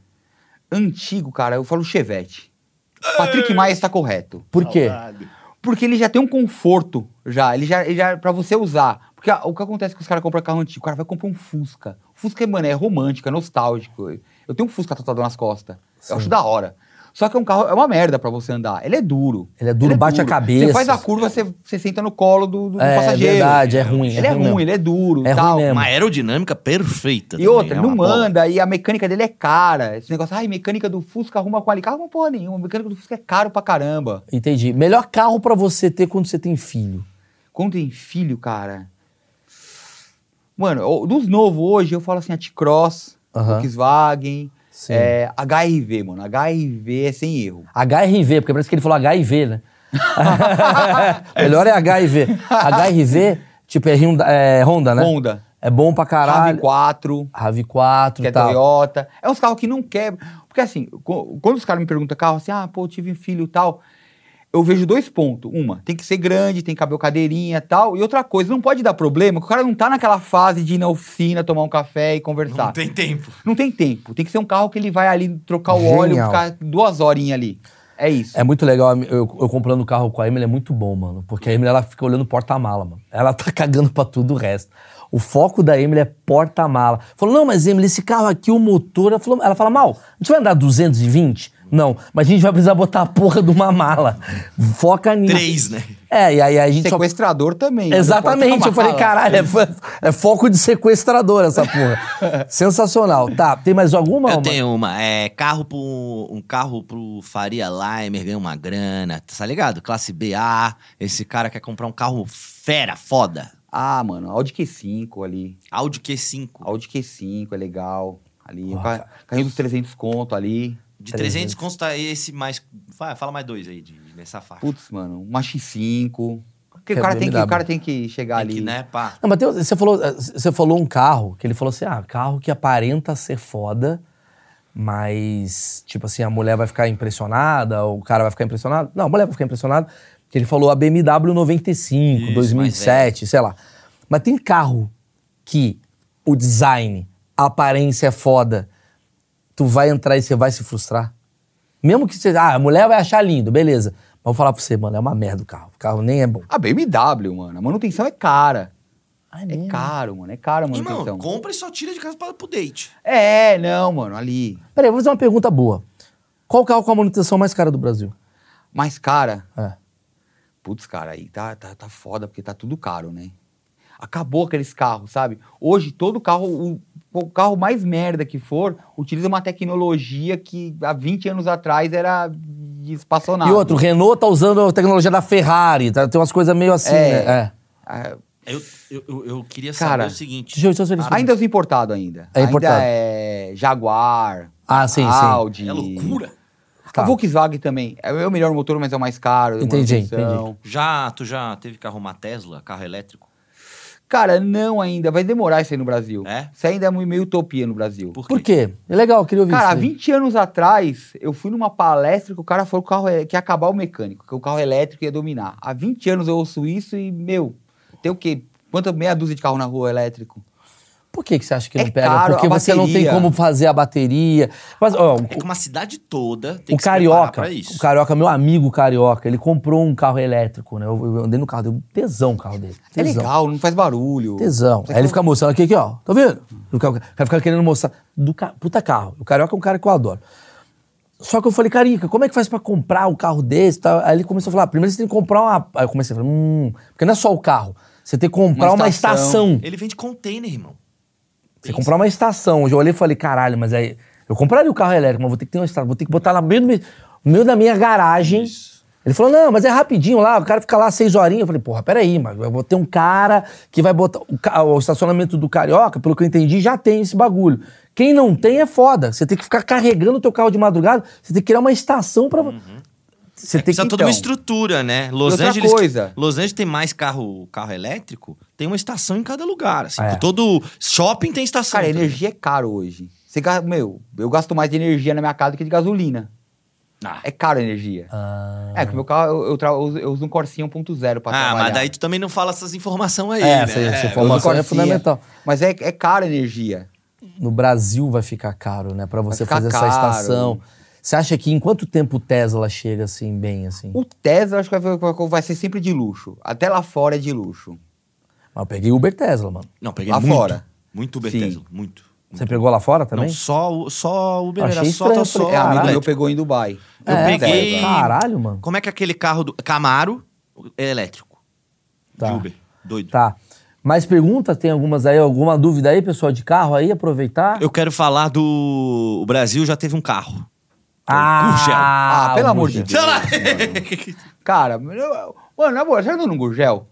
Antigo, cara, eu falo Chevette. Patrick Maia está correto. Por quê? ah. Porque ele já tem um conforto, já. Ele já, ele já para você usar. Porque ah, o que acontece que os caras compram carro antigo? O cara vai comprar um Fusca. Fusca, mano, é romântico, é nostálgico. Eu tenho um Fusca tatuado nas costas. Eu acho da hora. Só que é um carro, é uma merda pra você andar. Ele é duro. Ele é duro, bate a cabeça. Você faz a curva, você, você senta no colo do, do É, passageiro. verdade, é ruim, é Ele é ruim ruim, mesmo. ele é duro É ruim tal. mesmo. Uma aerodinâmica perfeita. E também, outra, é não uma bola. manda, e a mecânica dele é cara. Esse negócio, ai, mecânica do Fusca arruma com ali. Carro não porra nenhuma. Mecânica do Fusca é caro pra caramba. Entendi. Melhor carro pra você ter quando você tem filho. Quando tem filho, cara. Mano, o- dos novos hoje, eu falo assim, a T-Cross, Aham. Volkswagen, Sim. é, HRV, mano. HRV é sem erro. HRV, porque parece que ele falou HIV, né? Melhor é HIV. HRV, tipo, é, Hyundai- é Honda, né? Honda, É bom pra Rave caralho. Então. 4, Rave 4 que e é tal. Toyota. É uns carros que não quebram. Porque assim, co- quando os caras me perguntam carro, assim, ah, pô, eu tive um filho e tal, eu vejo dois pontos. Uma, tem que ser grande, tem que caber cadeirinha e tal. E outra coisa, não pode dar problema, que o cara não tá naquela fase de ir na oficina, tomar um café e conversar. Não tem tempo. Não tem tempo. Tem que ser um carro que ele vai ali trocar o óleo, Genial. ficar duas horinhas ali. É isso. É muito legal, eu, eu comprando o carro com a Emily é muito bom, mano. Porque a Emily, ela fica olhando porta-mala, mano. Ela tá cagando pra tudo o resto. O foco da Emily é porta-mala. Falou, não, mas Emily, esse carro aqui, o motor... Ela, falou- ela fala, mal, a gente vai andar 220? Não, mas a gente vai precisar botar a porra de uma mala. Foca nisso. Três, né? É, e aí a gente só... Sequestrador também. né? Exatamente, eu falei, caralho. caralho, é, fo- é foco de sequestrador essa porra. Sensacional. Tá, tem mais alguma? Eu Uma- tenho uma. É, carro pro, um carro pro Faria Limer ganha uma grana, tá ligado? Classe BA. Esse cara quer comprar um carro fera, foda. Ah, mano, Audi Q5 ali. Audi Q5. Audi Q5 é legal. Ali, Porra, o ca- carrinho dos 300 conto ali. De 300. 300 consta esse mais. Fala, fala mais dois aí de, nessa faixa. Putz, mano, uma X5. Porque É, o, cara tem que, BMW. o cara tem que chegar Tem ali. que, né, pá. Não, mas tem- você, falou, você falou um carro que ele falou assim: ah, carro que aparenta ser foda, mas, tipo assim, a mulher vai ficar impressionada, ou o cara vai ficar impressionado. Não, a mulher vai ficar impressionada. Que ele falou a BMW 95, Isso, 2007, sei lá. Mas tem carro que o design, a aparência é foda, tu vai entrar e você vai se frustrar. Mesmo que você. Ah, a mulher vai achar lindo, beleza. Mas vou falar pra você, mano, é uma merda o carro. O carro nem é bom. A BMW, mano, a manutenção é cara. Ah, É mesmo? caro, mano, é caro a manutenção. Irmão, compra e só tira de casa pra, pro date. É, não, mano, ali. Peraí, vou fazer uma pergunta boa. Qual carro com a manutenção mais cara do Brasil? Mas, cara, É. putz, cara, aí tá, tá, tá foda, porque tá tudo caro, né? Acabou aqueles carros, sabe? Hoje, todo carro, o, o carro mais merda que for, utiliza uma tecnologia que há 20 anos atrás era de espaçonave. E outro, o Renault tá usando a tecnologia da Ferrari, tá? tem umas coisas meio assim, É. né? É. Ah, Eu, eu, eu, eu queria Cara, saber o seguinte. Deixa eu, deixa eu ver se eles- Ainda os importados ainda. É importado. Ainda é Jaguar, Ah, sim, sim. Audi. É loucura. Tá. A Volkswagen também. É o melhor motor, mas é o mais caro. é Entendi, manutenção. Já, tu já teve que arrumar Tesla, carro elétrico? Cara, não ainda. Vai demorar isso aí no Brasil. É? Isso ainda é meio utopia no Brasil. Por quê? É legal, eu queria ouvir Cara, há isso. aí. 20 anos atrás, eu fui numa palestra que o cara falou que o carro é- que ia acabar o mecânico, que o carro elétrico ia dominar. Há 20 anos eu ouço isso e, meu, tem o quê? Quanta meia dúzia de carro na rua elétrico? Por que, que você acha que É não pega? caro, Porque a você não tem bateria. como fazer a bateria. Mas, ó, É que uma cidade toda tem o que se preparar carioca, pra isso. o carioca, meu amigo carioca, ele comprou um carro elétrico, né? Eu, eu andei no carro, deu tesão o carro dele. É Tesão. legal, não faz barulho. Tesão. Aí ele fica mostrando aqui, aqui, ó. Tá vendo? O cara o cara fica querendo mostrar. Do ca- Puta carro. O carioca é um cara que eu adoro. Só que eu falei, Carica, como é que faz pra comprar um carro desse? e tal? Aí ele começou a falar, "Ah, primeiro você tem que comprar uma. Aí eu comecei a falar, hum. Porque não é só o carro. Você tem que comprar uma, Uma estação. estação. Ele vende container, irmão. Você comprar uma estação. Eu olhei e falei, caralho, mas aí. Eu compraria o carro elétrico, mas vou ter que ter uma estação. Vou ter que botar lá no meio, do meu- no meio da minha garagem. Isso. Ele falou, não, mas é rapidinho lá, o cara fica lá seis horinhas. Eu falei, porra, peraí, mas eu vou ter um cara que vai botar. O, ca- o estacionamento do Carioca, pelo que eu entendi, já tem esse bagulho. Quem não tem é foda. Você tem que ficar carregando o teu carro de madrugada, você tem que criar uma estação pra. Você tem que. Uhum. É Precisa toda então, uma estrutura, né? Los outra Angeles, coisa. Los Angeles tem mais carro, carro elétrico, tem uma estação em cada lugar. Assim, É. Todo shopping tem estação. Cara, tá ligado? energia é caro hoje. Você, ga- meu, eu gasto mais de energia na minha casa do que de gasolina. Ah, É caro a energia. Ah. É, que meu carro, eu, eu, tra- eu uso- eu uso um Corsinha 1.0 pra Ah, trabalhar. um mas daí tu também não fala essas informações aí, É, né? essa, essa É, informação é Corsinha. fundamental. Mas é, é caro a energia. No Brasil vai ficar caro, né? Pra você ficar fazer essa caro. estação. Você acha que em quanto tempo o Tesla chega assim, bem assim? O Tesla acho que vai, vai- vai ser sempre de luxo. Até lá fora é de luxo. Mas eu peguei Uber Tesla, mano. Não, peguei Lá muito. fora. Muito Uber Sim. Tesla, muito. Você pegou lá fora também? Não, só o só Uber Achei era só, estranho, só, eu falei, só É, amigo Caralho. meu pegou em Dubai. Eu É, peguei- foi- Caralho, mano. Como é que é aquele carro do Camaro é elétrico? Tá. De Uber. Doido. Tá. Mais pergunta? Tem algumas aí, alguma dúvida aí, pessoal de carro aí, aproveitar? Eu quero falar do o Brasil já teve um carro. Gurgel. ah, Ah, pelo o amor Gurgel. de Deus. Cara, eu- mano, na boa, já andou num Gurgel?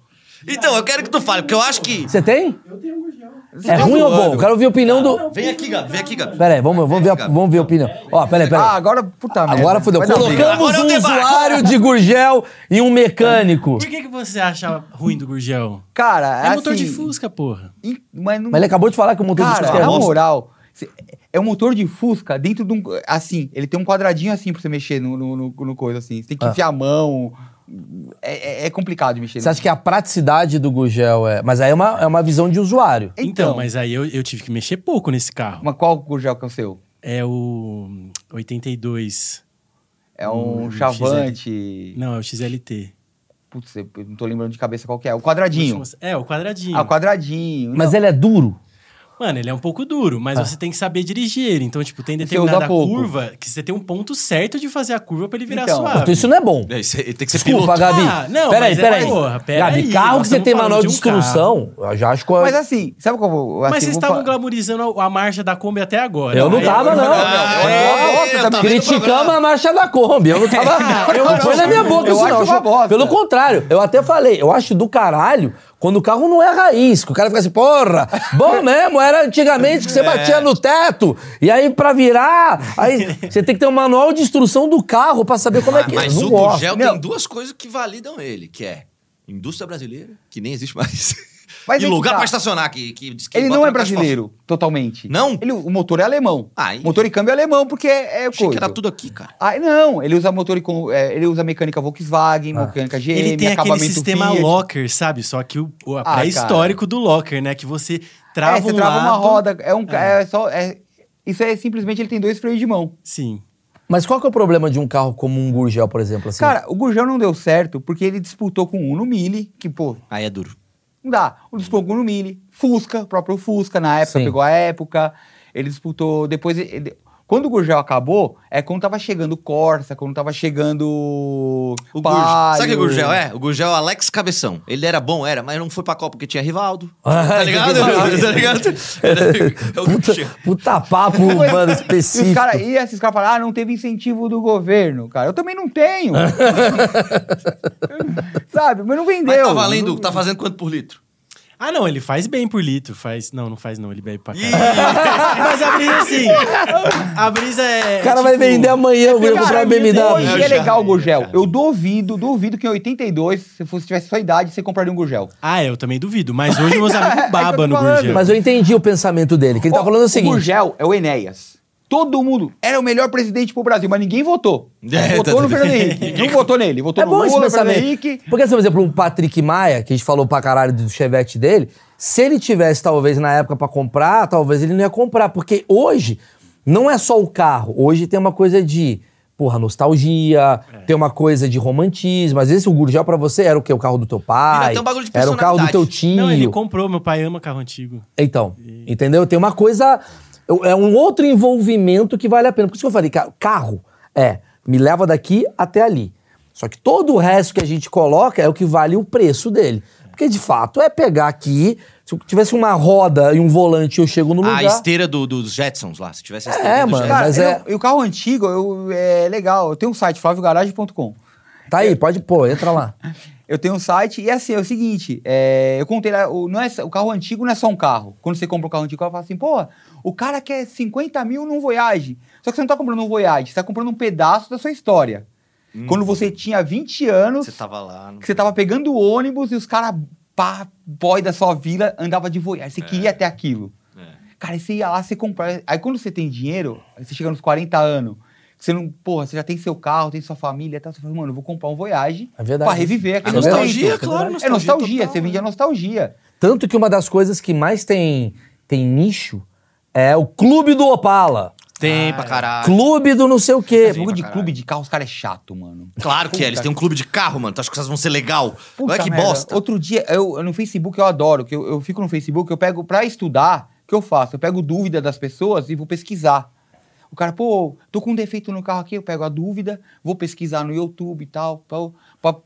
então, eu quero que tu fale, porque eu acho que Você tem? Eu tenho um gurgel. é tá ruim ou zoando. bom? Eu quero ouvir a opinião do... Vem aqui, Gabi, vem aqui, Gabi. Pera aí, vamos, vamos, ver, a, Gabi. vamos ver a opinião. Ó, pera aí, pera Ah, aí. agora, puta merda. Agora fodeu. Vai dar briga. Colocamos Agora é um o debate. usuário de Gurgel e um mecânico. Por que, que você acha ruim do gurgel? Cara, É, motor assim, de fusca, porra. e- Mas não... Mas ele acabou de falar que o motor de Cara, Fusca na é bom. moral, cê- é um motor de Fusca dentro de um. Assim, ele tem um quadradinho assim pra você mexer no, no, no- no coisa assim. Você tem que Ah. enfiar a mão. É, é- é complicado de mexer. Você acha que a praticidade do Gurgel é... Mas aí é uma, é uma visão de usuário. Então, mas aí eu, eu tive que mexer pouco nesse carro. Mas qual Gurgel que é o seu? É o hum, 82. É um Hum, chavante. Não, é o XLT. Putz, eu não tô lembrando de cabeça qual que é. O quadradinho. Vou te mostrar. É, o quadradinho. Ah, o quadradinho. Mas ele é duro. Mano, ele é um pouco duro, mas você tem que saber dirigir ele. Então, tipo, tem Ah. usa determinada pouco. curva que você tem um ponto certo de fazer a curva pra ele virar Então, suave. Então isso não é bom. É, isso aí, tem que ser Desculpa, piloto. Gabi. Ah, não, peraí, mas é- peraí. porra, peraí, Gabi, nós carro que você estamos tem falando manual de, de um instrução, eu já acho que... é Mas assim, sabe como. eu- Assim, mas vocês vou estavam falar- glamorizando a, a marcha da Kombi até agora. Eu não Aí tava, agora- não. Ah, Eu- é, Nossa, eu tá tava no criticando programa. a marcha da Kombi. Eu não tava. Eu não põe na minha boca Eu isso, acho não. uma Acho- bosta. Pelo contrário, eu até falei, eu acho do caralho quando o carro não é raiz, que o cara fica assim, porra, bom mesmo, era antigamente É. que você batia no teto, e aí pra virar, aí você tem que ter um manual de instrução do carro pra saber Ah, como é que Mas eu o não gosto. Gurgel Não. tem duas coisas que validam ele, que é indústria brasileira, que nem existe mais. Mas e é que lugar tá. pra estacionar, que, que diz que Ele bota não é no caixa assim, brasileiro, totalmente. Não? Ele, o motor é alemão. Ah, e- Motor e câmbio é alemão, porque é, é fácil. Achei coisa. que era tudo aqui, cara. Ah, não, ele usa motor e com, é, ele usa mecânica Volkswagen, mecânica GM, Ele tem aquele acabamento sistema Fiat. locker, sabe? Só que o, o Ah, pré-histórico do locker, né? Que você trava É, você um trava uma lado- roda, é um ca- é só é- isso é simplesmente ele tem dois freios de mão. Sim. Mas qual que é o problema de um carro como um Gurgel, por exemplo? Assim? Cara, o Gurgel não deu certo porque ele disputou com o Uno Mille, que pô, Aí é duro. não dá. Ele disputou com o Uno Mille, Fusca, o próprio Fusca na época Sim. pegou a época. Ele disputou depois ele- quando o Gurgel acabou, é quando tava chegando Corsa, quando tava chegando O Gurgel. Palio. Sabe o que o Gurgel é? O Gurgel é o Alex Cabeção. Ele era bom, era, mas não foi pra Copa porque tinha Rivaldo. Ah, tá ligado? entendi. tá ligado? É o Puta, Gurgel. puta papo, mano, E, os Um específico. cara, e esses caras falaram, ah, não teve incentivo do governo, cara. Eu também não tenho. Sabe, mas não vendeu. Mas tá valendo, Não- tá fazendo quanto por litro? Ah, não, ele faz bem por litro. Faz... Não, não faz não, ele bebe pra caralho. Mas a brisa, assim, a brisa é... O cara vai tipo, vender amanhã, eu vou Cara, comprar uma Hoje BMW. é Eu já- legal o Gurgel. cara. Eu duvido, duvido que em 82, se fosse tivesse sua idade, você compraria um Gurgel. Ah, eu também duvido. Mas hoje meus é amigos que eu tô babam no falando. Gurgel. Mas eu entendi o pensamento dele, que ele tá Ó, falando o seguinte. Gurgel é o Enéas. Todo mundo era o melhor presidente pro Brasil, mas ninguém votou. É, votou tá no tudo Fernando bem. Henrique. Não votou nele. Votou É no bom esse Lula, Fernando pensamento. Henrique. Porque, assim, por exemplo, o Patrick Maia, que a gente falou pra caralho do chevette dele, se ele tivesse, talvez, na época pra comprar, talvez ele não ia comprar. Porque hoje, não é só o carro. Hoje tem uma coisa de, porra, nostalgia, tem uma coisa de romantismo. Às vezes o Gurgel pra você era o quê? O carro do teu pai? até um bagulho de Era o carro do teu tio. Não, ele comprou, meu pai ama carro antigo. Então, entendeu? Tem uma coisa. É um outro envolvimento que vale a pena. Por isso que eu falei, cara, carro é, me leva daqui até ali. Só que todo o resto que a gente coloca é o que vale o preço dele. Porque de fato é pegar aqui. Se eu tivesse uma roda e um volante, eu chego no lugar. A esteira do- dos Jetsons lá, se tivesse a esteira É, dos mano. Jetsons. Cara, mas eu- é- e o carro antigo eu- é legal. Eu tenho um site, flaviogarage.com. Tá aí, pode pô, entra lá. É Eu tenho um site e assim, é o seguinte, é, eu contei lá, o, não é, só- o carro antigo não é só um carro. Quando você compra um carro antigo, ela fala assim, pô, o cara quer 50 mil num Voyage. Só que você não tá comprando um Voyage, você tá comprando um pedaço da sua história. Quando você tinha 20 anos, Hum. Você tá tava lá. No... que você tava pegando o ônibus e os caras, pá, boy da sua vila, andava de Voyage. Você É. queria ter aquilo. Cara, aí você ia lá, você comprava. Aí quando você tem dinheiro, aí você chega nos 40 anos, você não, porra, você já tem seu carro, tem sua família e tal, você fala, mano, eu vou comprar um Voyage É verdade. pra reviver A aquele É verdade. nostalgia, momento. claro. É nostalgia, total, né? você vende a nostalgia. Tanto que uma das coisas que mais tem, tem nicho é o clube do Opala. Tem pra caralho. Clube do não sei o quê. Esse bagulho de É pra clube de carro, os caras é chato, mano. Claro que é, eles têm um clube de carro, mano. Tu acha que essas vão ser legal? Olha é que merda. bosta. Outro dia, eu, eu no Facebook eu adoro, que eu, eu fico no Facebook, eu pego pra estudar, que eu faço? Eu pego dúvida das pessoas e vou pesquisar. O cara, pô, tô com um defeito no carro aqui, eu pego a dúvida, vou pesquisar no YouTube e tal, tal pra- pra-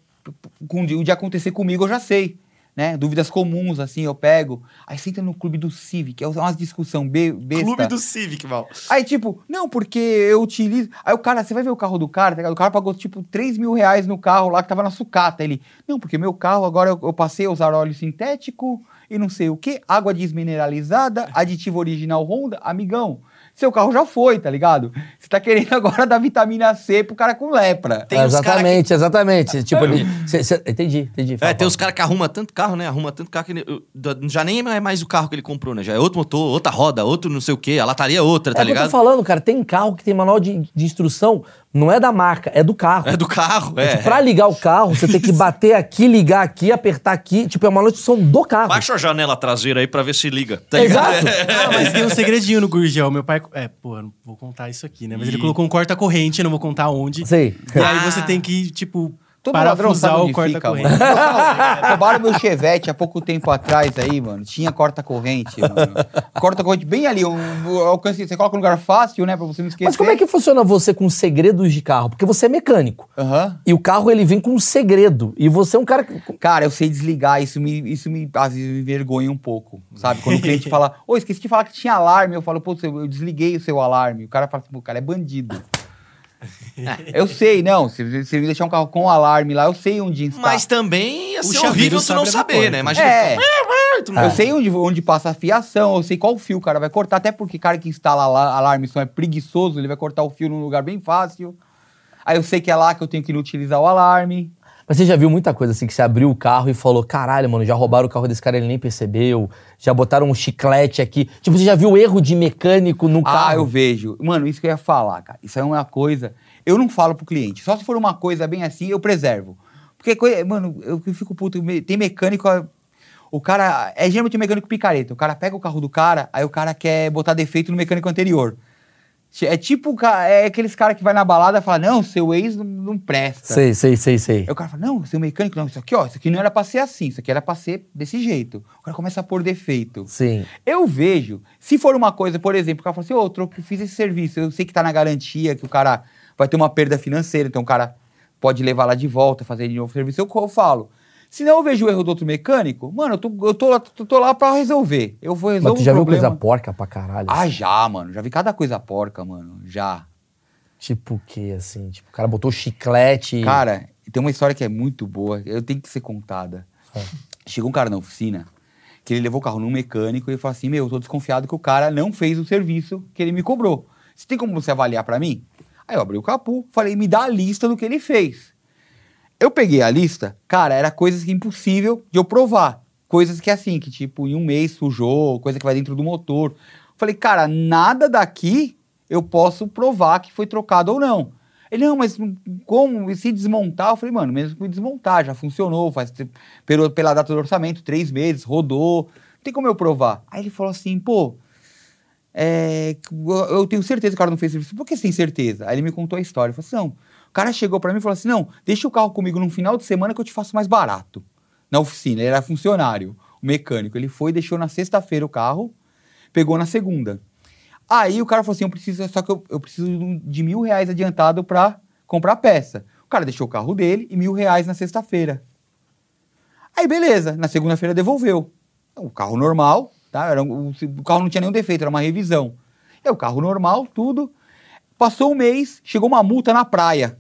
um com o de- o de acontecer comigo eu já sei, né? Dúvidas comuns, assim, eu pego. Aí senta no clube do Civic, é umas discussão be besta. Clube do Civic, mal. Aí, tipo, não, porque eu utilizo. Aí o cara, você vai ver o carro do cara, tá ligado? O cara pagou, tipo, 3 mil reais no carro lá que tava na sucata. Ele, não, porque meu carro agora eu, eu passei a usar óleo sintético e não sei o quê, água desmineralizada, aditivo original Honda, amigão. Seu carro já foi, tá ligado? Você tá querendo agora dar vitamina C pro cara com lepra. Tem uns cara Tá, exatamente, exatamente. Tipo, ele, cê- cê- entendi, entendi. É, Fala, tem Paulo. os caras que arruma tanto carro, né? Arruma tanto carro que ele- eu- da- já nem é mais o carro que ele comprou, né? Já é outro motor, outra roda, outro não sei o quê, a lataria é outra, tá é o que eu ligado? tô falando, cara. Tem carro que tem manual de, de instrução, não é da marca, é do carro. É do carro, é. Pra ligar o carro, você tem que bater aqui, ligar aqui, apertar aqui. Tipo, é uma notificação do carro. Baixa a janela traseira aí pra ver se liga. Tá ligado? Exato. Ah, mas tem um segredinho no Gurgel. Meu pai. É, pô, eu não vou contar isso aqui, né? Mas ele Ih. colocou um corta-corrente, eu não vou contar onde. Sei. E aí Ah. você tem que, tipo, Todo ladrão parafusar sabe o onde fica, mano. corta-corrente. Roubaram meu chevette há pouco tempo atrás aí, mano. Tinha corta-corrente, mano. Corta-corrente bem ali, um, um alcance. Você coloca um lugar fácil, né? Pra você não esquecer. Mas como é que funciona você com segredos de carro? Porque você é mecânico. Aham. E o carro, ele vem com um segredo. E você é um cara... que- Cara, eu sei desligar, isso me, isso me às vezes me envergonha um pouco, sabe? Quando o cliente fala, ô, esqueci de falar que tinha alarme, eu falo, pô, seu- eu desliguei o seu alarme. O cara fala assim, pô, o cara é bandido. eu sei, não, se se me deixar um carro com alarme lá, eu sei onde está. Mas também ia O ser chaveiro horrível tu não sabe a saber, porta. né? Imagina. é, tu- eu sei onde, onde passa a fiação, eu sei qual fio o cara vai cortar, até porque cara que instala ala- alarme som é preguiçoso, ele vai cortar o fio num lugar bem fácil. Aí eu sei que é lá que eu tenho que utilizar o alarme. Mas você já viu muita coisa assim, que você abriu o carro e falou, caralho, mano, já roubaram o carro desse cara, ele nem percebeu. Já botaram um chiclete aqui. Tipo, você já viu erro de mecânico no Um carro? Ah, eu vejo. Mano, isso que eu ia falar, cara. Isso é uma coisa. Eu não falo pro cliente. Só se for uma coisa bem assim, eu preservo. Porque, coi- mano, eu que fico puto. me- Tem mecânico. ah, O cara. É geralmente um mecânico picareta. O cara pega o carro do cara, aí o cara quer botar defeito no mecânico anterior. Che- É tipo o ca- é aqueles caras que vai na balada e fala: Não, seu ex não, não presta. Sei, sei, sei, sei. Aí o cara fala, não, seu mecânico, não, isso aqui, ó, isso aqui não era pra ser assim, isso aqui era pra ser desse jeito. O cara começa a pôr defeito. Sim. Eu vejo, se for uma coisa, por exemplo, o cara fala assim, ô, troco, fiz esse serviço, eu sei que tá na garantia, que o cara vai ter uma perda financeira, então o cara pode levar lá de volta, fazer de novo o serviço, eu, co- eu falo. Se não eu vejo o erro do outro mecânico, mano, eu tô, eu tô, lá- tô- tô lá pra resolver. Eu vou resolver Mas tu já o viu um problema. coisa porca pra caralho? Ah, assim? já, mano. Já vi cada coisa porca, mano. Já. Tipo o quê, assim? Tipo, o cara botou chiclete... Cara, tem uma história que é muito boa, eu tenho que ser contada. Chegou um cara na oficina que ele levou o carro num mecânico e ele falou assim: Meu, eu tô desconfiado que o cara não fez o serviço que ele me cobrou. Você tem como você avaliar pra mim? Aí eu abri o capô, falei: Me dá a lista do que ele fez. Eu peguei a lista, cara, era coisas que é impossível de eu provar. Coisas que assim, que tipo, em um mês sujou, coisa que vai dentro do motor. Falei, cara, nada daqui eu posso provar que foi trocado ou não. Ele, não, mas como? E se desmontar? Eu falei, mano, mesmo que desmontar, já funcionou, faz te- pelo, pela data do orçamento, três meses, rodou. Não tem como eu provar. Aí ele falou assim, pô, é, eu eu tenho certeza que o cara não fez serviço. Por que você tem certeza? Aí ele me contou a história. Ele falou assim, não. O cara chegou pra mim e falou assim, não, deixa o carro comigo no final de semana que eu te faço mais barato. Na oficina, ele era funcionário, o mecânico. Ele foi, deixou na sexta-feira o carro, pegou na segunda. Aí o cara falou assim, eu preciso, só que eu, eu preciso de um- de mil reais adiantado pra comprar a peça. O cara deixou o carro dele e mil reais na sexta-feira. Aí beleza, na segunda-feira devolveu. O carro normal, tá? Era um- o, o carro não tinha nenhum defeito, era uma revisão. É o carro normal, tudo. Passou um mês, chegou uma multa na praia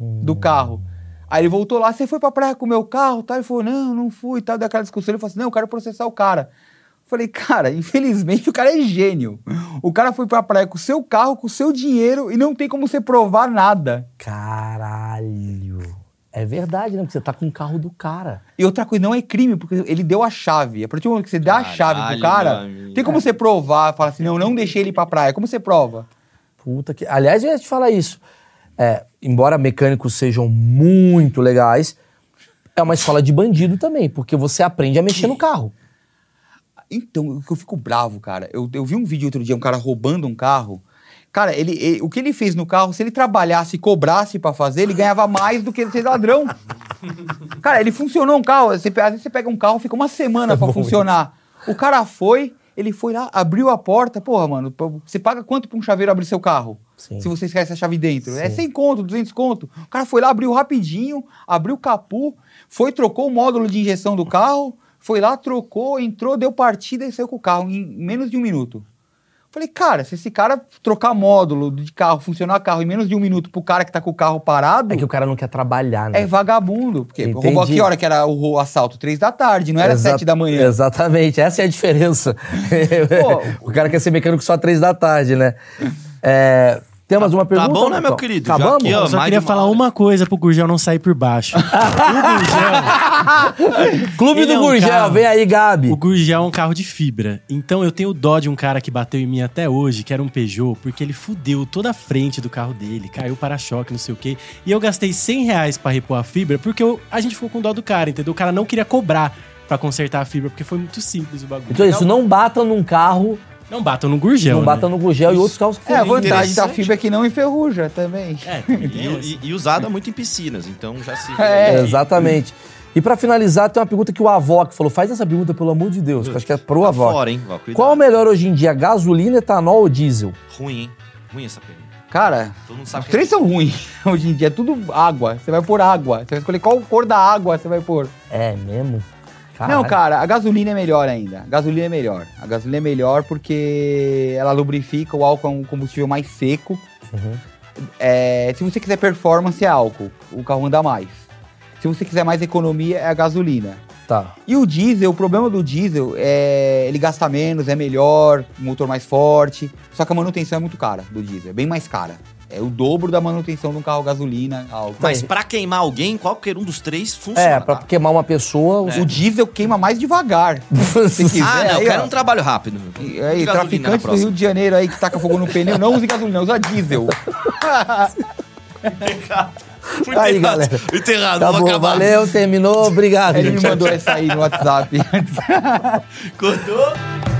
do carro. Aí ele voltou lá, você foi pra praia com o meu carro, tal? Ele falou, não, não fui, tal, daquela discussão. Ele falou assim, não, eu quero processar o cara. Eu Falei, cara, infelizmente o cara é gênio. O cara foi pra praia com o seu carro, com o seu dinheiro e não tem como você provar nada. Caralho. É verdade, né? Porque você tá com o carro do cara. E outra coisa, não é crime, porque ele deu a chave. A partir do momento que você dá a chave pro Caralho, cara, meu amigo. tem como você provar, falar assim, não, não deixei ele ir pra praia. Como você prova? Puta que. Aliás, eu ia te falar isso. É, embora mecânicos sejam muito legais, é uma escola de bandido também, porque você aprende a mexer no carro. Então, o que eu fico bravo, cara. Eu, eu vi um vídeo outro dia, um cara roubando um carro. Cara, ele, ele- o que ele fez no carro, se ele trabalhasse e cobrasse pra fazer, ele ganhava mais do que ser ladrão. É Cara, ele funcionou um carro. Você, pe- às vezes você pega um carro, fica uma semana pra funcionar. O cara foi, Ele foi lá, abriu a porta. Porra, mano, pô, você paga quanto pra um chaveiro abrir seu carro? Sim. Se você esquece a chave dentro. É Sim. 100 conto, 200 conto. O cara foi lá, abriu rapidinho, abriu o capu, foi, trocou o módulo de injeção do carro, foi lá, trocou, entrou, deu partida e saiu com o carro em menos de um minuto. Falei, cara, se esse cara trocar módulo de carro, funcionar carro em menos de um minuto pro cara que tá com o carro parado, É que o cara não quer trabalhar, né? é vagabundo. Porque Entendi. roubou a que hora que era o ro- assalto? Três da tarde, não era Exa- sete da manhã. Exatamente, essa é a diferença. o cara quer ser mecânico só às três da tarde, né? É, tem mais uma pergunta? bom, né, meu Lucão? querido? Já Acabamos? aqui, ó. Eu só mais queria de uma falar hora. uma coisa pro Gurgel não sair por baixo. Clube Ele do é um Gurgel, cara- vem aí, Gabi. O Gurgel é um carro de fibra. Então eu tenho dó de um cara que bateu em mim até hoje, que era um Peugeot, porque ele fudeu toda a frente do carro dele, caiu para-choque, não sei o quê. E eu gastei 100 reais pra repor a fibra, porque eu- a gente ficou com dó do cara, entendeu? O cara não queria cobrar pra consertar a fibra, porque foi muito simples o bagulho. Então é isso, não batam num carro, Não batam no Gurgel, não né? batam no Gurgel e outros carros que É, a vantagem da Interessante. fibra é que não enferruja também. É, também tem essa. E, e- e usada muito em piscinas, então já se. É. Exatamente. E pra finalizar, tem uma pergunta que o avó que falou, faz essa pergunta pelo amor de Deus, que eu acho que é pro Tá avó. fora, hein, Val? Cuidado. Qual é o melhor hoje em dia, gasolina, etanol ou diesel? Ruim, hein? Ruim essa pergunta. Cara, Todo mundo Os sabe é três são ruins. Hoje em dia é tudo água. Você vai pôr água. Você vai escolher qual cor da água você vai pôr. É mesmo? Não, cara, a gasolina é melhor ainda. A gasolina é melhor. A gasolina é melhor porque ela lubrifica, o álcool é um combustível mais seco. É, se você quiser performance, é álcool. O carro anda mais. Se você quiser mais economia, é a gasolina. Tá. E o diesel, o problema do diesel é ele gasta menos, é melhor, motor mais forte. Só que a manutenção é muito cara do diesel, é bem mais cara. É o dobro da manutenção de um carro gasolina. álcool. Mas pra queimar alguém, qualquer um dos três funciona. É, pra tá? queimar uma pessoa... o diesel queima mais devagar. É. Se quiser, Ah, não, eu aí, quero ó. um trabalho rápido. E aí, Gasolina na traficante do próxima. Rio de Janeiro aí que taca fogo no pneu, não use gasolina, usa diesel. Fui Aí, enterrado, galera. fui Enterrado, Tá vou bom, acabar. valeu, terminou, obrigado. Ele me gente. mandou essa aí no WhatsApp. Cortou.